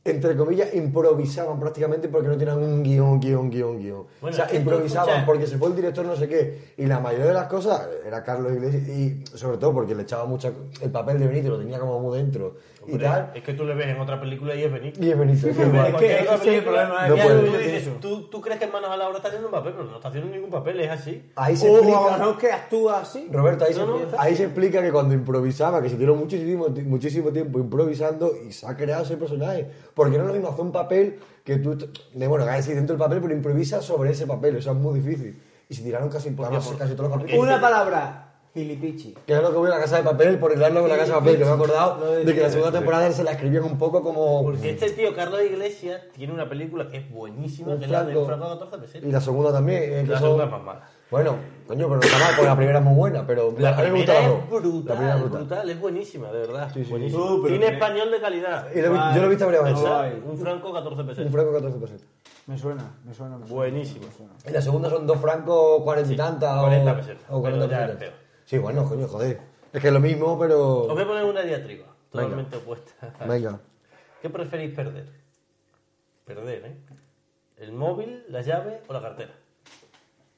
[SPEAKER 4] entre comillas, improvisaban prácticamente porque no tenían un guión, guión, guión, guión.
[SPEAKER 1] Bueno,
[SPEAKER 4] o sea,
[SPEAKER 1] es que tú
[SPEAKER 4] improvisaban
[SPEAKER 1] escuchas-
[SPEAKER 4] porque se fue el director no sé qué. Y la mayoría de las cosas era Carlos Iglesias. Y sobre todo porque le echaba mucha... El papel de Benito lo tenía como muy dentro. y
[SPEAKER 1] Hombre,
[SPEAKER 4] tal.
[SPEAKER 1] Es que tú le ves en otra película y es Benito.
[SPEAKER 4] Y es Benito. es
[SPEAKER 2] Es
[SPEAKER 4] igual.
[SPEAKER 2] que-
[SPEAKER 1] Cualquier otra
[SPEAKER 2] ese es el
[SPEAKER 1] película,
[SPEAKER 2] problema,
[SPEAKER 4] no
[SPEAKER 1] ya
[SPEAKER 4] puede.
[SPEAKER 1] tú, dices,
[SPEAKER 2] Eso.
[SPEAKER 1] tú- tú crees que Hermanos a la Obra está haciendo un papel, pero no está haciendo ningún papel, es así.
[SPEAKER 4] Ahí se
[SPEAKER 2] O
[SPEAKER 4] explica...
[SPEAKER 2] no, que actúa así.
[SPEAKER 4] Roberto, ahí,
[SPEAKER 1] No, no,
[SPEAKER 4] se,
[SPEAKER 1] está-
[SPEAKER 4] ahí se explica que cuando improvisaba, que se tiró muchísimo, ti- muchísimo tiempo improvisando y se ha creado ese personaje. Porque no es lo mismo hacer un papel que tú. t- De, bueno, casi dentro del papel, pero improvisa sobre ese papel, eso es muy difícil. Y se tiraron casi, vamos, casi todos los papeles.
[SPEAKER 2] Una palabra. Gilipichi.
[SPEAKER 4] Que es lo que voy a la casa de papel, por hilarlo con la casa de papel, que me he acordado de que la segunda temporada se la escribían un poco como.
[SPEAKER 1] Porque este tío, Carlos Iglesias, tiene una película que es buenísima,
[SPEAKER 4] Un
[SPEAKER 1] que es la del
[SPEAKER 4] flaco.
[SPEAKER 1] Franco 14 pesetas.
[SPEAKER 4] Y la segunda también. eh, que
[SPEAKER 1] La
[SPEAKER 4] son-
[SPEAKER 1] segunda es más mala.
[SPEAKER 4] Bueno, coño, pero no está mal, porque la primera es muy buena, pero
[SPEAKER 1] La
[SPEAKER 4] a mí me gusta
[SPEAKER 1] primera
[SPEAKER 4] las
[SPEAKER 1] es
[SPEAKER 4] dos. La
[SPEAKER 1] brutal,
[SPEAKER 4] primera es
[SPEAKER 1] brutal. es buenísima, de verdad.
[SPEAKER 4] sí.
[SPEAKER 1] buenísima.
[SPEAKER 2] Uh, pero
[SPEAKER 1] Cine
[SPEAKER 2] tiene-
[SPEAKER 1] español de calidad.
[SPEAKER 4] Y lo he vi- yo lo he visto varias veces.
[SPEAKER 2] Guay.
[SPEAKER 1] Un franco 14
[SPEAKER 4] Un
[SPEAKER 1] pesetas.
[SPEAKER 4] franco 14 pesetas.
[SPEAKER 2] Me suena, me suena. me suena.
[SPEAKER 1] Buenísimo.
[SPEAKER 4] Y la segunda son dos francos cuarenta y tantas. o-
[SPEAKER 1] 40 pesetas,
[SPEAKER 4] O cuarenta
[SPEAKER 1] pero ya
[SPEAKER 4] pesetas.
[SPEAKER 1] es peor.
[SPEAKER 4] Sí, bueno, coño, joder. Es que es lo mismo, pero.
[SPEAKER 1] Os voy a poner una diatriba, totalmente opuesta.
[SPEAKER 4] Venga.
[SPEAKER 1] ¿Qué preferís perder? Perder, ¿eh? ¿El móvil, la llave o la cartera?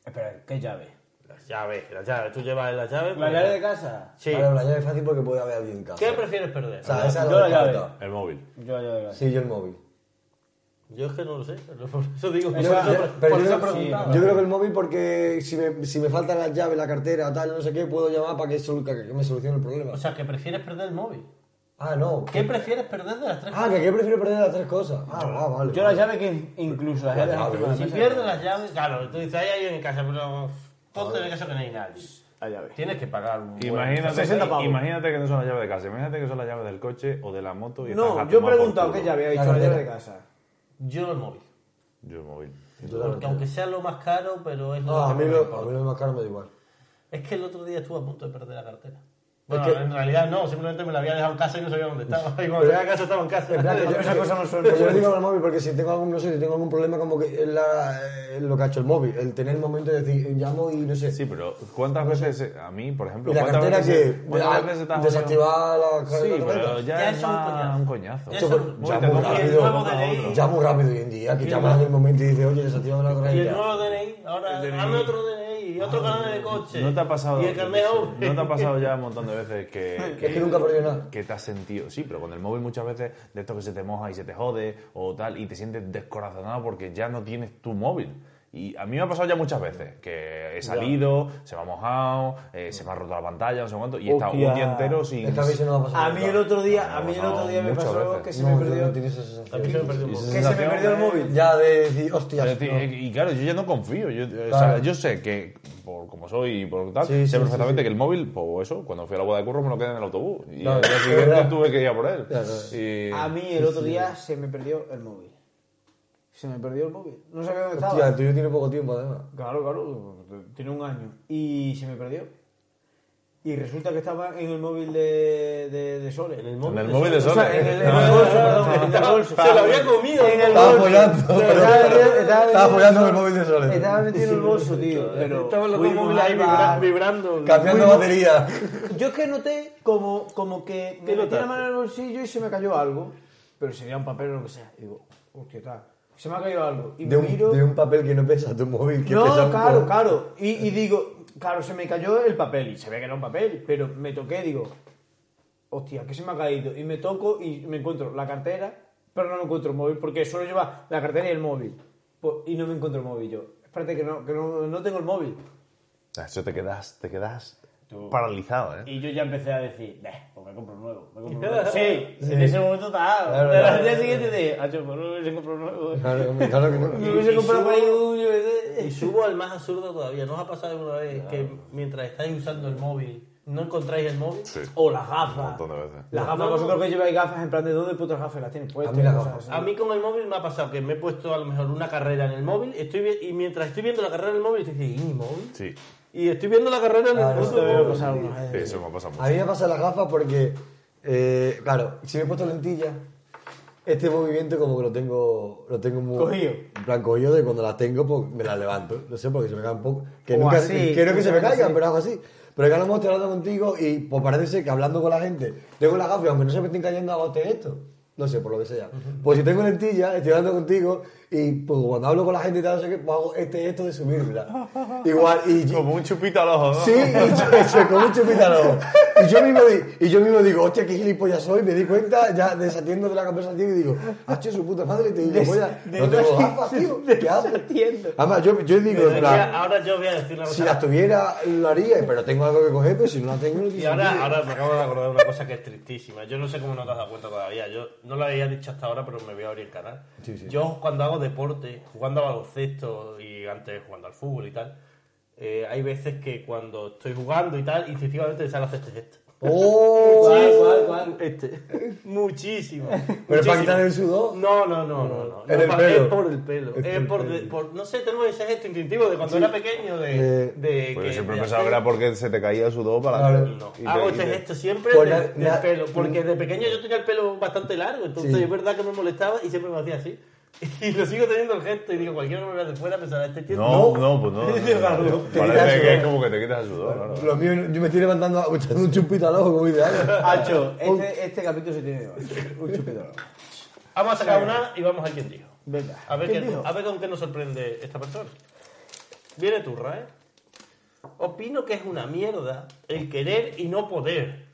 [SPEAKER 2] Espera, ¿qué llave?
[SPEAKER 1] Las llaves, las llaves. Tú llevas la llave.
[SPEAKER 2] ¿La
[SPEAKER 1] porque-
[SPEAKER 2] llave de casa?
[SPEAKER 1] Sí.
[SPEAKER 4] Claro, la llave es fácil porque puede haber alguien en casa.
[SPEAKER 1] ¿Qué prefieres perder?
[SPEAKER 4] O sea, esa es
[SPEAKER 2] Yo
[SPEAKER 4] la
[SPEAKER 2] la llave.
[SPEAKER 4] descarta.
[SPEAKER 3] El móvil.
[SPEAKER 2] Yo la llave de casa.
[SPEAKER 4] Sí, yo el móvil.
[SPEAKER 1] Yo es que no lo sé. Por eso digo.
[SPEAKER 2] Eso-
[SPEAKER 1] por
[SPEAKER 4] Yo-
[SPEAKER 1] eso-
[SPEAKER 4] yo-
[SPEAKER 1] por
[SPEAKER 4] pero
[SPEAKER 1] eso
[SPEAKER 4] yo,
[SPEAKER 1] preguntaba.
[SPEAKER 4] yo creo que el móvil porque si me, si me faltan las llaves, la cartera, tal, no sé qué, puedo llamar para que, solu- que me solucione el problema.
[SPEAKER 1] O sea, que prefieres perder el móvil.
[SPEAKER 4] ah, no.
[SPEAKER 1] ¿Qué prefieres perder de las tres
[SPEAKER 4] Ah, que aquí prefiero perder las tres cosas. Ah, ah, vale.
[SPEAKER 2] Yo la llave que in- incluso la llave de
[SPEAKER 4] llave,
[SPEAKER 2] dentro de la
[SPEAKER 1] Si
[SPEAKER 2] mesa.
[SPEAKER 1] pierdes las llaves, claro, tú dices, hay alguien en casa, pero ponte en el caso que no hay nadie.
[SPEAKER 2] La llave.
[SPEAKER 1] Tienes que pagar un. buen-
[SPEAKER 3] Imagínate,
[SPEAKER 2] 60 pavos.
[SPEAKER 3] imagínate que no son las llaves de casa, imagínate que son las llaves del coche o de la moto. Y
[SPEAKER 2] No,
[SPEAKER 3] estás
[SPEAKER 2] yo he
[SPEAKER 3] a tomar por
[SPEAKER 2] preguntado
[SPEAKER 3] culo.
[SPEAKER 2] qué llave ha dicho
[SPEAKER 4] La
[SPEAKER 2] la llave
[SPEAKER 4] cartera.
[SPEAKER 2] de casa.
[SPEAKER 1] Yo el móvil.
[SPEAKER 3] Yo el móvil.
[SPEAKER 1] Porque aunque sea lo más caro, pero es lo
[SPEAKER 4] No, Ah, a
[SPEAKER 1] que
[SPEAKER 4] mí
[SPEAKER 1] me
[SPEAKER 4] lo,
[SPEAKER 1] importa.
[SPEAKER 4] a mí lo más caro me da igual.
[SPEAKER 1] Es que el otro día estuve a punto de perder la cartera. Bueno, en realidad no, simplemente me la había dejado en casa y no sabía dónde estaba. Y cuando llegué a casa estaba en casa.
[SPEAKER 4] que yo-
[SPEAKER 2] Esa cosa no suena.
[SPEAKER 4] Pero yo lo digo con el móvil porque si tengo algún, no sé, si tengo algún problema como que es la- eh, lo que ha hecho el móvil, el tener el momento de decir, llamo y no sé.
[SPEAKER 3] Sí, pero ¿cuántas veces, a mí, por ejemplo,
[SPEAKER 4] y la
[SPEAKER 3] cuántas
[SPEAKER 4] cartera
[SPEAKER 3] veces,
[SPEAKER 4] que
[SPEAKER 3] cuántas
[SPEAKER 4] ah,
[SPEAKER 3] veces te has
[SPEAKER 4] desactivar la
[SPEAKER 3] jodido? Sí,
[SPEAKER 4] la
[SPEAKER 3] pero
[SPEAKER 4] tarjeta.
[SPEAKER 3] ya,
[SPEAKER 1] Ya
[SPEAKER 3] es
[SPEAKER 1] eso es un
[SPEAKER 3] más
[SPEAKER 1] coñazo.
[SPEAKER 3] un coñazo.
[SPEAKER 1] Ya
[SPEAKER 4] Eso,
[SPEAKER 1] eso-
[SPEAKER 4] pues,
[SPEAKER 3] Bueno,
[SPEAKER 4] ya
[SPEAKER 3] te
[SPEAKER 4] muy
[SPEAKER 3] toca
[SPEAKER 1] Y el
[SPEAKER 4] rápido,
[SPEAKER 1] nuevo DNI.
[SPEAKER 4] ya muy rápido hoy en día, que llamas en el momento y dices, oye, desactiva la
[SPEAKER 1] Y el
[SPEAKER 4] tarjeta.
[SPEAKER 1] nuevo DNI, ahora
[SPEAKER 3] El DNI.
[SPEAKER 1] dame otro DNI y otro carnet de coche.
[SPEAKER 3] ¿No te ha pasado?
[SPEAKER 1] Y el carnet
[SPEAKER 3] no
[SPEAKER 1] joven.
[SPEAKER 3] te ha pasado ya un montón de veces que,
[SPEAKER 4] Es que nunca he perdido nada.
[SPEAKER 3] que te has sentido, sí, pero con el móvil muchas veces de esto que se te moja y se te jode o tal y te sientes descorazonado porque ya no tienes tu móvil. Y a mí me ha pasado ya muchas veces que he salido, se me ha mojado, eh, se me ha roto la pantalla, no sé cuánto, y he estado un
[SPEAKER 2] Hostia.
[SPEAKER 3] día entero sin.
[SPEAKER 4] Esta vez se nos va a pasar.
[SPEAKER 2] A mí el
[SPEAKER 4] nunca.
[SPEAKER 2] otro día,
[SPEAKER 3] No,
[SPEAKER 2] a mí el
[SPEAKER 3] no,
[SPEAKER 2] otro día me
[SPEAKER 3] muchas
[SPEAKER 2] pasó
[SPEAKER 3] veces.
[SPEAKER 2] que se
[SPEAKER 4] No,
[SPEAKER 2] me
[SPEAKER 4] yo no
[SPEAKER 2] perdió.
[SPEAKER 4] tienes esa sensación.
[SPEAKER 1] A mí se me perdió un poco.
[SPEAKER 2] Que se me perdió el móvil.
[SPEAKER 4] Ya de decir, hostias.
[SPEAKER 3] Pero, tío,
[SPEAKER 4] no.
[SPEAKER 3] eh, Y claro, yo ya no confío. Yo, o sea,
[SPEAKER 4] Claro.
[SPEAKER 3] yo sé que, por como soy y por tal,
[SPEAKER 4] Sí, sí,
[SPEAKER 3] sé
[SPEAKER 4] sí,
[SPEAKER 3] perfectamente
[SPEAKER 4] sí.
[SPEAKER 3] que el móvil, pues eso, cuando fui a la boda de curro me lo quedé en el autobús. Y
[SPEAKER 4] Claro,
[SPEAKER 3] al día
[SPEAKER 4] es
[SPEAKER 3] siguiente
[SPEAKER 4] verdad.
[SPEAKER 3] tuve que ir a por él.
[SPEAKER 4] Claro.
[SPEAKER 3] Y-
[SPEAKER 2] A mí el otro día se me perdió el móvil. Se me perdió el móvil. No sabía dónde estaba.
[SPEAKER 4] Hostia, el tuyo tiene poco tiempo además.
[SPEAKER 2] Claro, claro, tiene un año. Y se me perdió. Y resulta que estaba en el móvil de, de, de Sole.
[SPEAKER 1] En el
[SPEAKER 3] En
[SPEAKER 1] móvil.
[SPEAKER 3] el móvil de
[SPEAKER 2] O
[SPEAKER 3] Sole.
[SPEAKER 2] sea, en el, en el bolso, perdón, en el bolso.
[SPEAKER 1] Se lo había comido.
[SPEAKER 2] En el
[SPEAKER 4] Estaba
[SPEAKER 2] bolso.
[SPEAKER 4] apoyando.
[SPEAKER 2] Estaba metido-
[SPEAKER 4] Estaba apoyando
[SPEAKER 2] metido-
[SPEAKER 4] el móvil de Sole.
[SPEAKER 2] Estaba metido en el bolso, tío. Pero
[SPEAKER 1] Estaban los dos
[SPEAKER 2] fuimos
[SPEAKER 1] móviles ahí
[SPEAKER 2] al bar.
[SPEAKER 1] vibra- vibrando.
[SPEAKER 4] Cambiando batería.
[SPEAKER 2] Yo es que noté como, como que me
[SPEAKER 1] ¿Qué
[SPEAKER 2] metí la
[SPEAKER 1] notaste?
[SPEAKER 2] mano en el bolsillo y se me cayó algo. Pero sería un papel o lo que sea. Y digo, hostia, tal. Se me ha caído algo. Y
[SPEAKER 4] De
[SPEAKER 2] miro...
[SPEAKER 4] un, de un papel que no pesa tu móvil. Que pesa
[SPEAKER 2] No,
[SPEAKER 4] un
[SPEAKER 2] claro,
[SPEAKER 4] poco.
[SPEAKER 2] claro. Y, y digo, claro, se me cayó el papel y se ve que era un papel, pero me toqué, digo, hostia, que se me ha caído. Y me toco y me encuentro la cartera, pero no me encuentro el móvil, porque solo lleva la cartera y el móvil. Po- y no me encuentro el móvil yo. Espérate, que no, que no, no tengo el móvil.
[SPEAKER 3] Eso te quedas, te quedas paralizado, ¿eh?
[SPEAKER 2] Y yo ya empecé a decir, "Beh, pues me compro un nuevo. Me compro un
[SPEAKER 1] Ah,
[SPEAKER 2] nuevo. Sí, en ese momento tal.
[SPEAKER 4] Claro,
[SPEAKER 2] pero
[SPEAKER 4] claro.
[SPEAKER 2] al día siguiente dije, ah, yo me hubiese comprado un nuevo.
[SPEAKER 4] Claro, hombre, claro que
[SPEAKER 2] Me
[SPEAKER 4] no.
[SPEAKER 2] hubiese comprado
[SPEAKER 1] subo-
[SPEAKER 2] por ahí un... yo qué sé.
[SPEAKER 1] Y subo al más absurdo todavía. ¿No os ha pasado alguna vez que mientras estáis usando el móvil no encontráis el móvil?
[SPEAKER 3] Sí.
[SPEAKER 1] O las
[SPEAKER 3] Un
[SPEAKER 1] gafas.
[SPEAKER 3] montón de veces.
[SPEAKER 2] Las gafas,
[SPEAKER 1] No, no.
[SPEAKER 2] vosotros que lleváis gafas, en plan, ¿de dónde putas gafas las tienes puestas?
[SPEAKER 4] A mí las
[SPEAKER 2] O sea,
[SPEAKER 4] gafas.
[SPEAKER 2] sí.
[SPEAKER 1] A mí con el móvil me ha pasado que me he puesto a lo mejor una carrera en el móvil estoy vi- y mientras estoy viendo la carrera en el móvil estoy diciendo, ¿y mi móvil?
[SPEAKER 3] Sí,
[SPEAKER 1] Y estoy viendo la carrera en el
[SPEAKER 4] Claro,
[SPEAKER 1] puto
[SPEAKER 4] eso
[SPEAKER 2] Me ha
[SPEAKER 1] móvil.
[SPEAKER 2] pasado alguna vez.
[SPEAKER 3] sí, eso me pasa mucho.
[SPEAKER 4] A mí me pasa las gafas porque, eh, claro, si me he puesto lentillas, este movimiento como que lo tengo, lo tengo muy...
[SPEAKER 2] Cogido.
[SPEAKER 4] En plan, cogido de cuando las tengo, pues me las levanto. No sé, porque se me caen un poco. Que
[SPEAKER 2] O
[SPEAKER 4] nunca,
[SPEAKER 2] así,
[SPEAKER 4] quiero que se me
[SPEAKER 2] así.
[SPEAKER 4] caigan, pero hago así. Pero que ahora mismo estoy hablando contigo y pues parece ser que hablando con la gente, tengo las gafas, aunque no se me estén cayendo, hago este esto. No sé, por lo que sea. Pues si tengo lentillas, estoy hablando contigo y pues cuando hablo con la gente y tal, no sé qué, pues hago este esto de subirla. Igual, y
[SPEAKER 3] Como un chupito al ojo, ¿no?
[SPEAKER 4] Sí, y yo, eso, con un chupitalo. Y yo mismo, di- y yo mismo digo, hostia, qué gilipollas soy. Me di cuenta ya desatiendo de la conversación y digo, hacho su puta madre, te digo, no tengo gafas, tío. ¿Qué haces? Además, yo, yo digo, en
[SPEAKER 1] Pero ya-
[SPEAKER 4] plan,
[SPEAKER 1] ahora yo voy a decir una cosa.
[SPEAKER 4] si las tuviera, lo haría, pero tengo algo que coger, pero si no las tengo, no
[SPEAKER 1] Y
[SPEAKER 4] tiene
[SPEAKER 1] ahora,
[SPEAKER 4] sentido.
[SPEAKER 1] ahora me acabo de acordar una cosa que es tristísima. Yo no sé cómo no te has dado cuenta todavía. Yo no lo había dicho hasta ahora, pero me voy a abrir el canal.
[SPEAKER 4] Sí, sí.
[SPEAKER 1] Yo cuando hago deporte, jugando a baloncesto y antes jugando al fútbol y tal, eh, hay veces que cuando estoy jugando y tal, instintivamente te sale a hacer este gesto.
[SPEAKER 4] ¡Oh!
[SPEAKER 2] ¿Cuál, cuál, cuál?
[SPEAKER 1] Este. Muchísimo.
[SPEAKER 4] ¿Pero es
[SPEAKER 1] Muchísimo.
[SPEAKER 4] para quitar el sudor?
[SPEAKER 1] No, no, no, no. no.
[SPEAKER 4] En
[SPEAKER 1] No,
[SPEAKER 4] el
[SPEAKER 1] pa-
[SPEAKER 4] pelo.
[SPEAKER 1] Es por el pelo.
[SPEAKER 4] Es
[SPEAKER 1] Es,
[SPEAKER 4] por
[SPEAKER 1] por,
[SPEAKER 4] el
[SPEAKER 1] de-
[SPEAKER 4] pelo.
[SPEAKER 1] por- No sé, tenemos ese gesto instintivo de cuando era pequeño de...
[SPEAKER 4] Eh,
[SPEAKER 1] de
[SPEAKER 3] Pues
[SPEAKER 1] que
[SPEAKER 3] yo siempre
[SPEAKER 1] de
[SPEAKER 3] he pensado
[SPEAKER 1] hacer-
[SPEAKER 3] que era porque se te caía el sudor para
[SPEAKER 4] Claro.
[SPEAKER 1] no.
[SPEAKER 3] y te-
[SPEAKER 1] Hago
[SPEAKER 3] y
[SPEAKER 1] este
[SPEAKER 3] te-
[SPEAKER 1] gesto siempre
[SPEAKER 4] Pues
[SPEAKER 1] de-
[SPEAKER 4] la-
[SPEAKER 1] del
[SPEAKER 4] la-
[SPEAKER 1] pelo, porque de pequeño yo tenía el pelo bastante largo, entonces
[SPEAKER 4] Sí.
[SPEAKER 1] es verdad que me molestaba y siempre me hacía así. Y lo sigo teniendo el gesto y digo, cualquiera que me vea de fuera pensará, este tío...
[SPEAKER 3] No, no, pues no. no, no, no.
[SPEAKER 4] Te quitas
[SPEAKER 3] Parece
[SPEAKER 4] el
[SPEAKER 3] que
[SPEAKER 4] sudor.
[SPEAKER 3] es como que te quitas el sudor, claro.
[SPEAKER 4] Lo mío, yo me estoy levantando, echando un chupito al ojo, como dice Ana.
[SPEAKER 2] Hacho, este, este capítulo se tiene que ver. Un chupidor.
[SPEAKER 1] Vamos a sacar una y vamos a quien dijo.
[SPEAKER 2] Venga.
[SPEAKER 1] A ver,
[SPEAKER 2] ¿Quién
[SPEAKER 1] qué-
[SPEAKER 2] dijo?
[SPEAKER 1] a ver con qué nos sorprende esta persona. Viene turra, ¿eh? Opino que es una mierda el querer y no poder,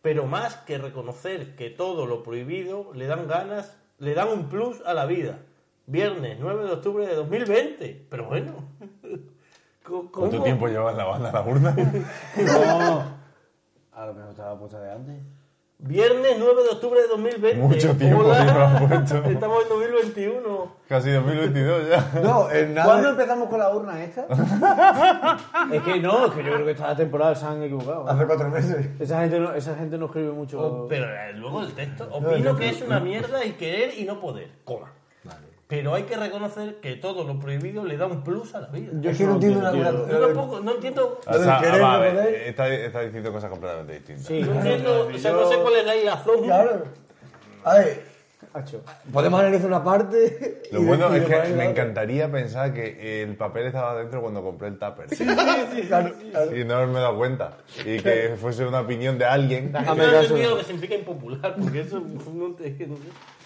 [SPEAKER 1] pero más que reconocer que todo lo prohibido le dan ganas, le dan un plus a la vida. Viernes 9 de octubre de 2020, pero bueno. Co- ¿Cómo?
[SPEAKER 3] ¿Cuánto tiempo llevas la banda a la urna?
[SPEAKER 2] No. pues, A lo mejor estaba puesta de antes.
[SPEAKER 1] Viernes 9 de octubre de 2020.
[SPEAKER 3] Mucho tiempo
[SPEAKER 1] Hola.
[SPEAKER 3] lleva puesto.
[SPEAKER 1] Estamos en 2021.
[SPEAKER 3] Casi 2022 ya.
[SPEAKER 4] No, en nada.
[SPEAKER 2] ¿Cuándo empezamos con la urna esta? es que no, es que yo creo que esta temporada se han equivocado. ¿eh?
[SPEAKER 4] Hace cuatro meses.
[SPEAKER 2] Esa gente no, esa gente no escribe mucho.
[SPEAKER 1] O- pero eh, luego el texto. Opino que es una mierda el querer y no poder. Coma. Pero hay que reconocer que todo lo prohibido le da un plus a la vida.
[SPEAKER 4] Yo es que no entiendo una
[SPEAKER 3] entiendo.
[SPEAKER 1] Yo tampoco, no entiendo.
[SPEAKER 3] O sea,
[SPEAKER 4] querer,
[SPEAKER 3] Ah, va, a ver,
[SPEAKER 4] no poder.
[SPEAKER 3] está, está diciendo cosas completamente distintas.
[SPEAKER 2] Sí,
[SPEAKER 1] No entiendo, o sea, no sé cuál es la hilazón.
[SPEAKER 4] Claro. A ver,
[SPEAKER 2] Hacho.
[SPEAKER 4] podemos analizar una parte.
[SPEAKER 3] Lo
[SPEAKER 4] y de-
[SPEAKER 3] bueno
[SPEAKER 4] y
[SPEAKER 3] es
[SPEAKER 4] de
[SPEAKER 3] que
[SPEAKER 4] poner
[SPEAKER 3] me
[SPEAKER 4] la otra.
[SPEAKER 3] encantaría pensar que el papel estaba dentro cuando compré el tupper.
[SPEAKER 4] Claro, claro.
[SPEAKER 3] Y no haberme dado cuenta. Y que fuese una opinión de alguien.
[SPEAKER 1] Yo
[SPEAKER 4] Hazme
[SPEAKER 1] no he
[SPEAKER 4] caso.
[SPEAKER 1] entendido lo que significa impopular, porque eso no te-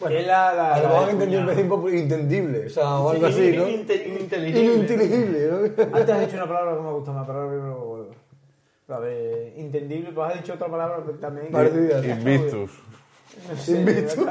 [SPEAKER 1] Bueno,
[SPEAKER 2] Es la, la,
[SPEAKER 4] A lo
[SPEAKER 2] la-
[SPEAKER 4] mejor entendí un vez intendible, o sea, o algo así, ¿no?
[SPEAKER 1] inte- Inteligible.
[SPEAKER 4] Ininteligible, ¿no?
[SPEAKER 2] Antes has dicho una palabra que me gusta más, pero ahora mismo no me acuerdo. La de entendible, pues has dicho otra palabra que también.
[SPEAKER 4] Parecida.
[SPEAKER 3] Invictus.
[SPEAKER 2] No sé, Invicto.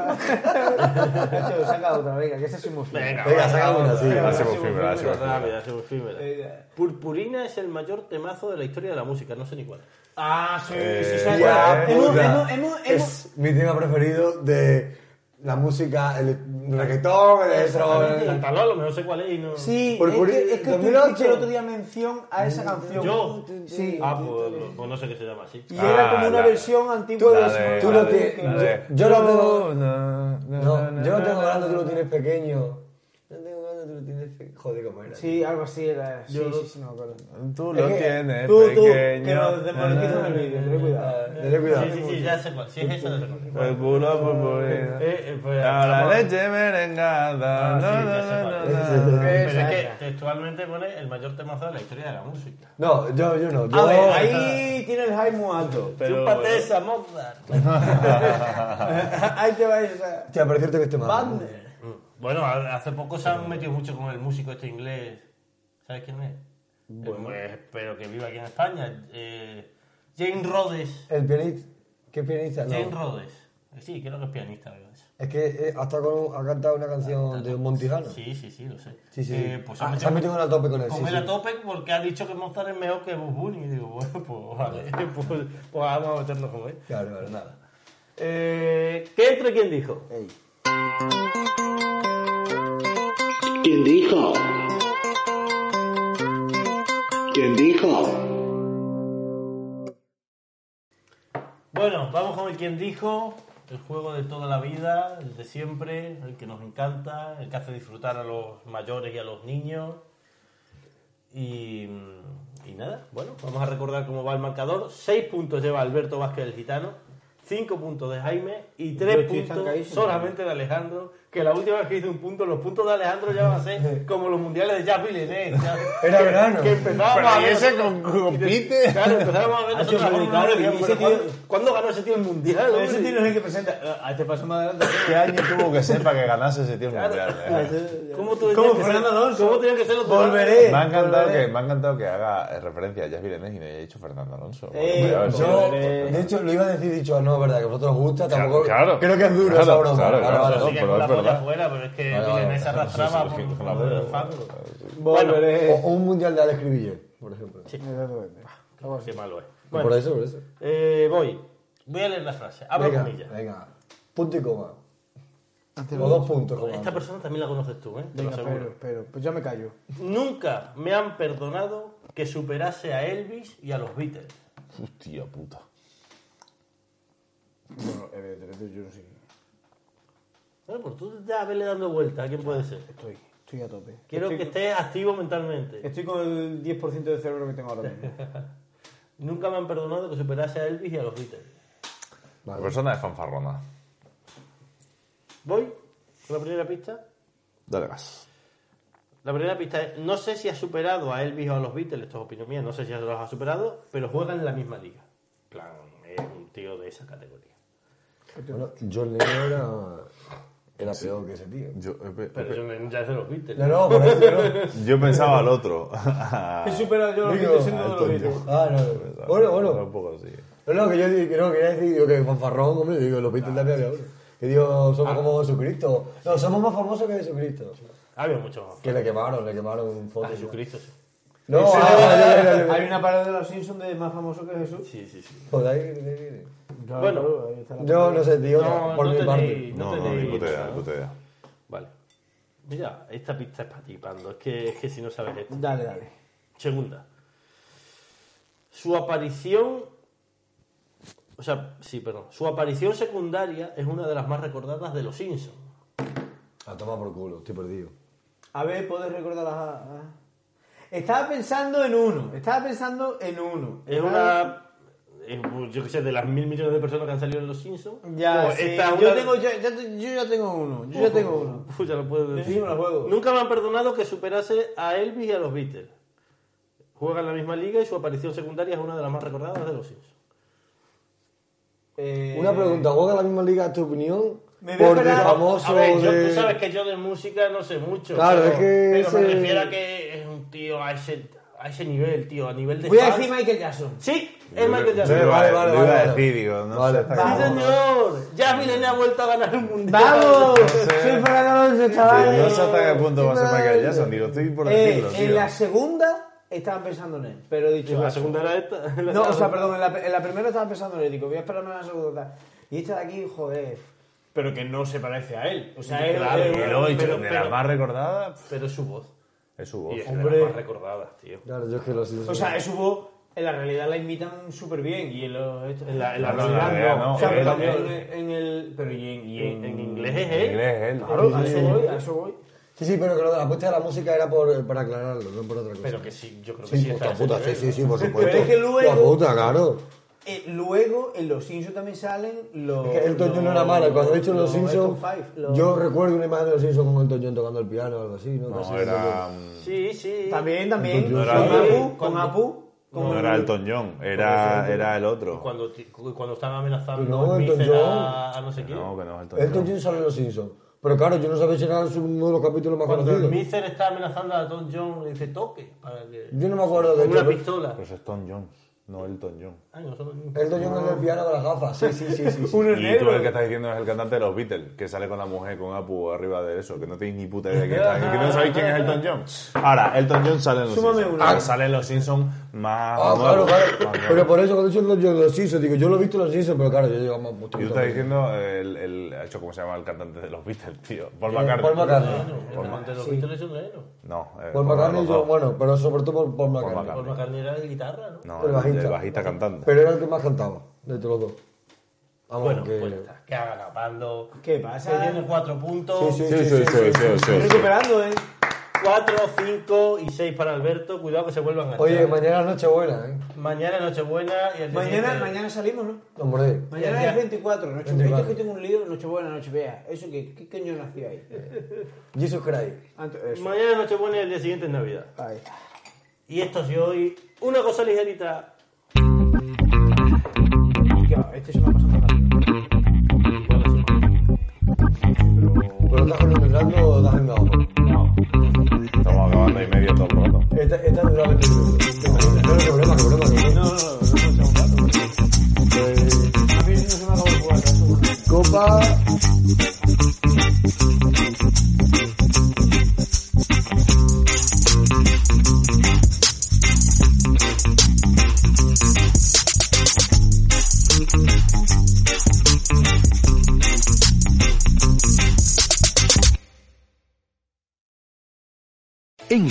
[SPEAKER 2] Hacho, saca otra, venga, que esa es muy fina.
[SPEAKER 1] Venga,
[SPEAKER 4] Venga, saca una, sí.
[SPEAKER 3] La hacemos
[SPEAKER 2] sí,
[SPEAKER 3] fibra, la hacemos fibra.
[SPEAKER 1] Rápida, hacemos efímera.
[SPEAKER 2] Eh,
[SPEAKER 1] Purpurina es el mayor temazo de la historia de la música, no sé ni cuál.
[SPEAKER 2] Ah, sí, sí, sí.
[SPEAKER 3] Eh,
[SPEAKER 2] ya.
[SPEAKER 3] ya,
[SPEAKER 2] Hemos,
[SPEAKER 4] puta.
[SPEAKER 2] hemos, hemos, hemos.
[SPEAKER 4] Es mi tema preferido de la música, el reggaetón, el electro. el-
[SPEAKER 1] Cantarlo a lo mejor sé cuál es y no.
[SPEAKER 2] Sí,
[SPEAKER 4] Por- por-
[SPEAKER 2] es que, es que tú
[SPEAKER 4] 2008.
[SPEAKER 2] hiciste el otro día mención a
[SPEAKER 4] Mm,
[SPEAKER 2] esa canción.
[SPEAKER 1] Yo.
[SPEAKER 2] Sí.
[SPEAKER 1] Ah, pues, pues no sé qué se llama así.
[SPEAKER 2] Y era
[SPEAKER 3] Ah,
[SPEAKER 2] como una
[SPEAKER 3] la-
[SPEAKER 2] versión antigua
[SPEAKER 4] la
[SPEAKER 2] de
[SPEAKER 4] de-
[SPEAKER 2] esa-
[SPEAKER 4] tú
[SPEAKER 2] la
[SPEAKER 4] lo
[SPEAKER 2] de-
[SPEAKER 4] que-
[SPEAKER 2] que-
[SPEAKER 4] la de- Yo lo tengo- No, yo no tengo grande, tú lo tienes pequeño. No tengo grande, tú lo tienes pequeño. Joder, cómo era.
[SPEAKER 2] Sí, algo así era. Sí,
[SPEAKER 1] Yo lo-
[SPEAKER 2] sí, sí, no me acuerdo.
[SPEAKER 3] Tú
[SPEAKER 4] Es
[SPEAKER 3] lo
[SPEAKER 4] que-
[SPEAKER 3] tienes
[SPEAKER 2] tú, tú, que
[SPEAKER 3] pequeño.
[SPEAKER 2] nos desmonetizan el vídeo, ten cuidado.
[SPEAKER 4] Ah, Tené cuidado.
[SPEAKER 1] Sí, sí, sí, ya sé cuál. Si es esa, ya sé cuál.
[SPEAKER 3] El culo
[SPEAKER 1] Eh,
[SPEAKER 3] purpurina.
[SPEAKER 1] eh, pues,
[SPEAKER 3] A la
[SPEAKER 1] vamos.
[SPEAKER 3] leche merengada.
[SPEAKER 1] Ah,
[SPEAKER 3] No,
[SPEAKER 1] sí, ya sé
[SPEAKER 3] no,
[SPEAKER 1] cuál
[SPEAKER 3] no,
[SPEAKER 1] es.
[SPEAKER 3] no, no, no.
[SPEAKER 1] Pero es que
[SPEAKER 2] Esa.
[SPEAKER 1] textualmente pone el mayor temazo de la historia de la música.
[SPEAKER 4] No, yo, yo no. Yo,
[SPEAKER 2] A ver, ahí tiene el high muy alto.
[SPEAKER 1] Chúpate esa Mozart.
[SPEAKER 2] ahí te va esa.
[SPEAKER 4] Hostia, pero es cierto que este mal.
[SPEAKER 2] Wagner.
[SPEAKER 1] Mm. Bueno, a- hace poco se han metido mucho con el músico este inglés. ¿Sabes quién es? Pues, pero que vive aquí en España. Eh, James Rhodes.
[SPEAKER 4] El pianista. ¿Qué pianista?
[SPEAKER 1] James
[SPEAKER 4] No.
[SPEAKER 1] Rhodes. Eh, Sí, creo que es pianista, ¿verdad?
[SPEAKER 4] Es que eh, hasta con, ha cantado una canción de un Montijano.
[SPEAKER 1] Sí, sí, sí, lo sé.
[SPEAKER 4] Sí, sí.
[SPEAKER 1] Eh, pues
[SPEAKER 4] Ah, se ha metido con la tope con él. sí,
[SPEAKER 1] Con él
[SPEAKER 4] sí.
[SPEAKER 1] a tope porque ha dicho que Mozart es mejor que Bob Bunny. Y digo, bueno, pues vale, pues, pues vamos a meternos con él.
[SPEAKER 4] Claro, claro, nada.
[SPEAKER 1] Eh, ¿Qué entre quién dijo?
[SPEAKER 5] ¿Quién dijo? ¿Quién dijo?
[SPEAKER 1] Bueno, vamos con el quien dijo, el juego de toda la vida, el de siempre, el que nos encanta, el que hace disfrutar a los mayores y a los niños. Y, y nada, bueno, vamos a recordar cómo va el marcador. 6 puntos lleva Alberto Vázquez el Gitano, 5 puntos de Jaime y
[SPEAKER 2] Yo
[SPEAKER 1] 3
[SPEAKER 2] estoy
[SPEAKER 1] puntos
[SPEAKER 2] zancadísimo.
[SPEAKER 1] solamente de Alejandro, que la última vez que hizo un punto, los puntos de Alejandro ya van a ser como los mundiales de Jacques Villeneuve. ya.
[SPEAKER 4] Era verano.
[SPEAKER 1] Que empezábamos
[SPEAKER 3] Pero
[SPEAKER 1] a
[SPEAKER 3] ¿y
[SPEAKER 1] ver-
[SPEAKER 3] ese con- compite?
[SPEAKER 1] Claro, empezábamos a ver
[SPEAKER 2] Ha
[SPEAKER 1] nosotros
[SPEAKER 2] hecho
[SPEAKER 1] la Fórmula uno y
[SPEAKER 2] Ricardo,
[SPEAKER 1] decíamos,
[SPEAKER 2] y ese
[SPEAKER 1] pero
[SPEAKER 2] tío-
[SPEAKER 1] ¿cuándo- ¿Cuándo ganó ese tío el mundial?
[SPEAKER 2] Pero
[SPEAKER 1] hombre?
[SPEAKER 2] Ese tío no es el que presenta. A te paso más adelante.
[SPEAKER 3] ¿Qué año tuvo que ser para que ganase ese tío el mundial?
[SPEAKER 2] Ah,
[SPEAKER 3] eh?
[SPEAKER 1] ¿Cómo tú
[SPEAKER 2] Como
[SPEAKER 1] tenías que ser-
[SPEAKER 2] Fernando Alonso.
[SPEAKER 1] ¿Cómo tenía que ser los
[SPEAKER 2] Volveré.
[SPEAKER 3] Me ha encantado que, me ha encantado que haga eh, referencia a Jazz Villeneuve y no haya dicho Fernando Alonso.
[SPEAKER 2] Eh,
[SPEAKER 3] Podría haber sido-
[SPEAKER 4] Yo,
[SPEAKER 2] Eh,
[SPEAKER 4] de hecho, lo iba a decir dicho, no, es verdad, que a vosotros os gusta, tampoco.
[SPEAKER 3] claro.
[SPEAKER 4] Creo que es duro
[SPEAKER 3] Claro,
[SPEAKER 4] esa broma.
[SPEAKER 3] claro,
[SPEAKER 4] Vale, vale,
[SPEAKER 3] claro,
[SPEAKER 1] Sí, que
[SPEAKER 3] pero
[SPEAKER 1] con la
[SPEAKER 3] es
[SPEAKER 1] polla
[SPEAKER 3] verdad.
[SPEAKER 1] afuera, pero es que
[SPEAKER 4] Vale, vale,
[SPEAKER 1] Villeneuve se
[SPEAKER 3] vale.
[SPEAKER 1] arrastraba
[SPEAKER 3] Sí, sí, sí,
[SPEAKER 1] por,
[SPEAKER 3] con la
[SPEAKER 1] por el
[SPEAKER 3] polla.
[SPEAKER 1] fango.
[SPEAKER 4] O,
[SPEAKER 2] Volveré.
[SPEAKER 4] o un mundial de Alex Cribillo, por ejemplo.
[SPEAKER 1] Qué malo es.
[SPEAKER 4] Por eso, por eso.
[SPEAKER 1] Eh, voy. Voy a leer la frase. Abro
[SPEAKER 4] Venga,
[SPEAKER 1] comillas.
[SPEAKER 4] venga. Punto y coma. O dos puntos, coma.
[SPEAKER 1] Esta persona también la conoces tú, ¿eh? Te lo
[SPEAKER 2] Venga,
[SPEAKER 1] aseguro.
[SPEAKER 2] pero, pero, pues ya me callo.
[SPEAKER 1] Nunca me han perdonado que superase a Elvis y a los Beatles.
[SPEAKER 3] Hostia puta.
[SPEAKER 2] Bueno, evidentemente yo no sé.
[SPEAKER 1] Bueno, pues tú ya vele dando vueltas a quién puede ser.
[SPEAKER 2] Estoy, estoy a tope.
[SPEAKER 1] Quiero
[SPEAKER 2] estoy,
[SPEAKER 1] que estés activo mentalmente.
[SPEAKER 2] Estoy con el 10% de cerebro que tengo ahora mismo.
[SPEAKER 1] Nunca me han perdonado que superase a Elvis y a los Beatles.
[SPEAKER 3] La persona es fanfarrona.
[SPEAKER 1] Voy con la primera pista.
[SPEAKER 3] Dale gas.
[SPEAKER 1] La primera pista es, no sé si ha superado a Elvis o a los Beatles, esto es opinión mía, no sé si los ha superado, pero juegan en la misma liga. En plan, es un tío de esa categoría.
[SPEAKER 4] Bueno, John Lennon era, era peor que ese tío.
[SPEAKER 3] Yo, eh, pe-
[SPEAKER 1] Pero eso no- ya es de los Beatles.
[SPEAKER 4] No, no, por eso no.
[SPEAKER 3] yo pensaba al otro. Ah,
[SPEAKER 2] He superado yo los
[SPEAKER 4] Digo,
[SPEAKER 2] 20 siendo de los
[SPEAKER 3] Elton
[SPEAKER 2] Beatles.
[SPEAKER 3] John.
[SPEAKER 4] Ah, no, no. Bueno, bueno.
[SPEAKER 3] Tampoco así.
[SPEAKER 4] No, no, que yo digo, que no, quería decir digo, que fanfarrón, hombre, digo, los Beatles también había uno. Que digo, somos como Jesucristo. No, somos más famosos que Jesucristo.
[SPEAKER 1] Había muchos más.
[SPEAKER 4] Que le quemaron, le quemaron
[SPEAKER 1] A
[SPEAKER 4] fotos.
[SPEAKER 1] Jesucristo, Ah, sí.
[SPEAKER 4] No,
[SPEAKER 2] Sí,
[SPEAKER 4] ah, vale, vale, vale.
[SPEAKER 2] Hay una parada de los Simpsons de más famoso que Jesús.
[SPEAKER 1] Sí, sí, sí.
[SPEAKER 4] Joder, ahí- ahí viene.
[SPEAKER 2] Claro,
[SPEAKER 1] Bueno.
[SPEAKER 2] claro, ahí está la-
[SPEAKER 4] Yo no sé, tío,
[SPEAKER 1] No,
[SPEAKER 4] por
[SPEAKER 1] no
[SPEAKER 4] mi
[SPEAKER 1] te
[SPEAKER 4] parte.
[SPEAKER 1] leí.
[SPEAKER 3] No,
[SPEAKER 1] te
[SPEAKER 3] no, ni
[SPEAKER 1] leí,
[SPEAKER 3] puta idea,
[SPEAKER 1] ¿no?
[SPEAKER 3] ni puta idea.
[SPEAKER 1] Vale. Mira, esta pista es para ti, Pando. Es que, es que si no sabes esto.
[SPEAKER 2] Dale, dale.
[SPEAKER 1] Segunda. Su aparición. O sea, sí, perdón. Su aparición secundaria es una de las más recordadas de los Simpsons.
[SPEAKER 4] A tomar por culo, estoy perdido.
[SPEAKER 2] A ver, ¿puedes recordar las... las- Estaba pensando en uno, estaba pensando en uno.
[SPEAKER 1] Es una. eh, Yo qué sé, de las mil millones de personas que han salido en Los Simpsons.
[SPEAKER 2] Ya,
[SPEAKER 1] o
[SPEAKER 2] sí,
[SPEAKER 1] esta es
[SPEAKER 2] yo,
[SPEAKER 1] una-
[SPEAKER 2] tengo, ya- ya- yo ya tengo uno, yo ya tengo uno.
[SPEAKER 1] Uf, ya lo puedo decir.
[SPEAKER 2] Sí, me la juego.
[SPEAKER 1] Nunca me han perdonado que superase a Elvis y a los Beatles. Juegan en la misma liga y su aparición secundaria es una de las más recordadas de los Simpsons.
[SPEAKER 2] Eh,
[SPEAKER 4] Una pregunta, ¿juega la misma liga tu opinión?
[SPEAKER 2] Me voy a
[SPEAKER 4] por de
[SPEAKER 2] esperar-
[SPEAKER 4] famoso
[SPEAKER 1] A ver, yo,
[SPEAKER 4] de...
[SPEAKER 1] tú sabes que yo de música no sé mucho.
[SPEAKER 4] Claro,
[SPEAKER 1] pero,
[SPEAKER 4] es que
[SPEAKER 1] Pero me
[SPEAKER 4] ese-
[SPEAKER 1] refiero a que es un tío a ese, a ese nivel, tío, a nivel de.
[SPEAKER 2] Voy a
[SPEAKER 1] fans.
[SPEAKER 2] decir Michael Jackson.
[SPEAKER 1] Sí, es Michael Jackson.
[SPEAKER 4] Vale, vale, vale,
[SPEAKER 3] Yo iba a
[SPEAKER 4] vale.
[SPEAKER 3] decir, digo, no
[SPEAKER 4] Vale,
[SPEAKER 3] sé hasta
[SPEAKER 1] ¡Sí,
[SPEAKER 4] vamos.
[SPEAKER 3] qué punto-
[SPEAKER 1] señor! Ya Milena ha vuelto a ganar un mundial.
[SPEAKER 2] ¡Vamos!
[SPEAKER 3] sé.
[SPEAKER 2] Soy Fernando Alonso,
[SPEAKER 3] que
[SPEAKER 2] chavales.
[SPEAKER 3] No sé hasta qué punto va a ser
[SPEAKER 4] Vale.
[SPEAKER 3] Michael Jackson, ni lo estoy por
[SPEAKER 2] Eh,
[SPEAKER 3] decirlo, tío.
[SPEAKER 2] en la segunda estaba pensando en él, pero he dicho...
[SPEAKER 1] La segunda era esta.
[SPEAKER 2] No, o sea, perdón, en la, en la primera estaba pensando en él, digo, voy a esperarme a la segunda. Y esta de aquí, joder... Pero que no se parece a él. O sea, él...
[SPEAKER 1] Claro,
[SPEAKER 2] él-
[SPEAKER 3] Y luego he dicho,
[SPEAKER 1] Pero-
[SPEAKER 3] de
[SPEAKER 1] pero-
[SPEAKER 3] las más recordadas, pf,
[SPEAKER 1] Pero es su voz.
[SPEAKER 3] es su voz.
[SPEAKER 1] Y es de
[SPEAKER 2] Hombre.
[SPEAKER 1] las más recordadas, tío.
[SPEAKER 4] Claro, yo es que lo siento.
[SPEAKER 2] O sea, es su voz, en la realidad la imitan súper bien. Y en, los- esto- en la, en la
[SPEAKER 3] No, no, en
[SPEAKER 2] realidad
[SPEAKER 3] la realidad
[SPEAKER 2] no.
[SPEAKER 3] no.
[SPEAKER 2] O sea,
[SPEAKER 3] En
[SPEAKER 2] pero
[SPEAKER 3] el-
[SPEAKER 2] en, en el. Pero y en. y en-
[SPEAKER 1] En, en inglés es él.
[SPEAKER 3] En inglés
[SPEAKER 4] Eh,
[SPEAKER 3] es él.
[SPEAKER 2] Claro, a eso voy, a eso voy.
[SPEAKER 4] Sí, sí, pero que lo de la apuesta de la música era por, para aclararlo, no por otra cosa.
[SPEAKER 1] Pero que sí, yo creo que
[SPEAKER 4] Sí,
[SPEAKER 1] sí.
[SPEAKER 4] por
[SPEAKER 1] está
[SPEAKER 4] la puta,
[SPEAKER 1] ese
[SPEAKER 4] sí, sí,
[SPEAKER 1] nivel,
[SPEAKER 4] sí,
[SPEAKER 1] ¿no?
[SPEAKER 4] por supuesto.
[SPEAKER 2] Pero es que luego-
[SPEAKER 4] La puta, claro.
[SPEAKER 2] Eh, luego, en Los Simpsons también salen los.
[SPEAKER 4] Es que Elton John no era malo. Cuando he dicho Los Simpsons, yo recuerdo una imagen de Los Simpsons con Elton John tocando el piano o algo así, ¿no? Casi
[SPEAKER 3] No,
[SPEAKER 4] Elton
[SPEAKER 3] era...
[SPEAKER 4] John.
[SPEAKER 1] Sí, sí.
[SPEAKER 2] También, también.
[SPEAKER 4] No
[SPEAKER 3] era
[SPEAKER 2] con
[SPEAKER 3] Elton
[SPEAKER 1] John.
[SPEAKER 2] Apu, con Apu. Con
[SPEAKER 3] No era Elton John, era, era el otro.
[SPEAKER 1] Cuando, ti- cuando están amenazando
[SPEAKER 4] No,
[SPEAKER 1] a
[SPEAKER 4] Elton
[SPEAKER 1] Mister
[SPEAKER 4] John.
[SPEAKER 1] a, a no sé quién.
[SPEAKER 3] No, que no es Elton
[SPEAKER 4] Elton
[SPEAKER 3] John.
[SPEAKER 4] John sale en Los Simpsons. Pero claro, yo no sabía si era su- uno de los capítulos más
[SPEAKER 1] Cuando el
[SPEAKER 4] conocidos.
[SPEAKER 1] Mister está amenazando a Tom John, le dice toque. Para que...
[SPEAKER 4] Yo no me acuerdo de
[SPEAKER 1] Con una
[SPEAKER 4] hecho,
[SPEAKER 1] pistola.
[SPEAKER 3] Pero es Elton John, no Elton John.
[SPEAKER 1] Ay, nosotros...
[SPEAKER 4] Elton John es el piano con las gafas. Sí, sí, sí, sí. sí.
[SPEAKER 2] Uno es
[SPEAKER 3] Y tú
[SPEAKER 2] negro.
[SPEAKER 3] el que estás diciendo es el cantante de los Beatles, que sale con la mujer con Apu arriba de eso, que no tenéis ni puta idea de quién está, que no sabéis quién es Elton John. Ahora, Elton John sale en los
[SPEAKER 2] Súmame
[SPEAKER 3] Simpsons.
[SPEAKER 2] una.
[SPEAKER 3] Pero sale en los Simpsons más.
[SPEAKER 4] Ah, claro,
[SPEAKER 3] nuevos,
[SPEAKER 4] claro.
[SPEAKER 3] más nuevos.
[SPEAKER 4] Pero por eso cuando he dicho Elton John, Los Simpsons, digo, yo lo he visto en Los Simpsons, pero claro, yo llego más mucho.
[SPEAKER 3] Y tú estás diciendo el, el, hecho, ¿cómo se llama el cantante de los Beatles, tío? Paul McCartney.
[SPEAKER 4] Eh, Paul McCartney.
[SPEAKER 1] Por de los Beatles es un negro.
[SPEAKER 3] No, eh, uno de
[SPEAKER 4] Paul
[SPEAKER 3] los
[SPEAKER 4] McCartney, yo,
[SPEAKER 3] dos.
[SPEAKER 4] bueno, pero sobre todo por Paul McCartney.
[SPEAKER 3] McCartney.
[SPEAKER 1] Paul McCartney era el guitarra, ¿no?
[SPEAKER 3] No,
[SPEAKER 4] el
[SPEAKER 3] el
[SPEAKER 4] bajista.
[SPEAKER 3] bajista, cantante.
[SPEAKER 4] Pero era el que más cantaba, de todos los dos. Vamos,
[SPEAKER 1] Bueno,
[SPEAKER 4] que-
[SPEAKER 1] pues está, que ha ganado Pando.
[SPEAKER 2] ¿Qué pasa?
[SPEAKER 1] Que tiene cuatro puntos.
[SPEAKER 4] Sí, sí.
[SPEAKER 3] Sí, sí, sí, sí, sí, sí.
[SPEAKER 2] Recuperando, ¿eh?
[SPEAKER 1] Cuatro, cinco y seis para Alberto. Cuidado que se vuelvan a
[SPEAKER 4] Oye,
[SPEAKER 1] echar.
[SPEAKER 4] mañana es Nochebuena, ¿eh?
[SPEAKER 1] Mañana Nochebuena y el día
[SPEAKER 2] Mañana,
[SPEAKER 1] siguiente-
[SPEAKER 2] mañana salimos, ¿no?
[SPEAKER 4] Hombre,
[SPEAKER 2] Mañana
[SPEAKER 1] Eh, Ya.
[SPEAKER 2] es 24, noche.
[SPEAKER 4] 24.
[SPEAKER 2] Es que tengo un lío, Nochebuena, Nochevea. ¿Eso qué, qué coño nació
[SPEAKER 1] Eh,
[SPEAKER 2] ahí?
[SPEAKER 4] Jesus Christ.
[SPEAKER 2] Antes, eso.
[SPEAKER 1] Mañana Nochebuena y el día siguiente es Navidad.
[SPEAKER 2] Ahí está.
[SPEAKER 1] Y esto es hoy. Una cosa ligerita.
[SPEAKER 2] Que va, Este se me ha pasado rápido.
[SPEAKER 4] Pero estás cronometrando o estás en gajo.
[SPEAKER 3] Estamos acabando y medio todo el rato.
[SPEAKER 4] Esta, esta dura 20 minutos. No, no, qué problema, qué problema, qué problema.
[SPEAKER 2] No, no, no, no, no, no, no, no. A mí no se me ha acabado el jugar, eso bueno.
[SPEAKER 4] Copa.
[SPEAKER 6] En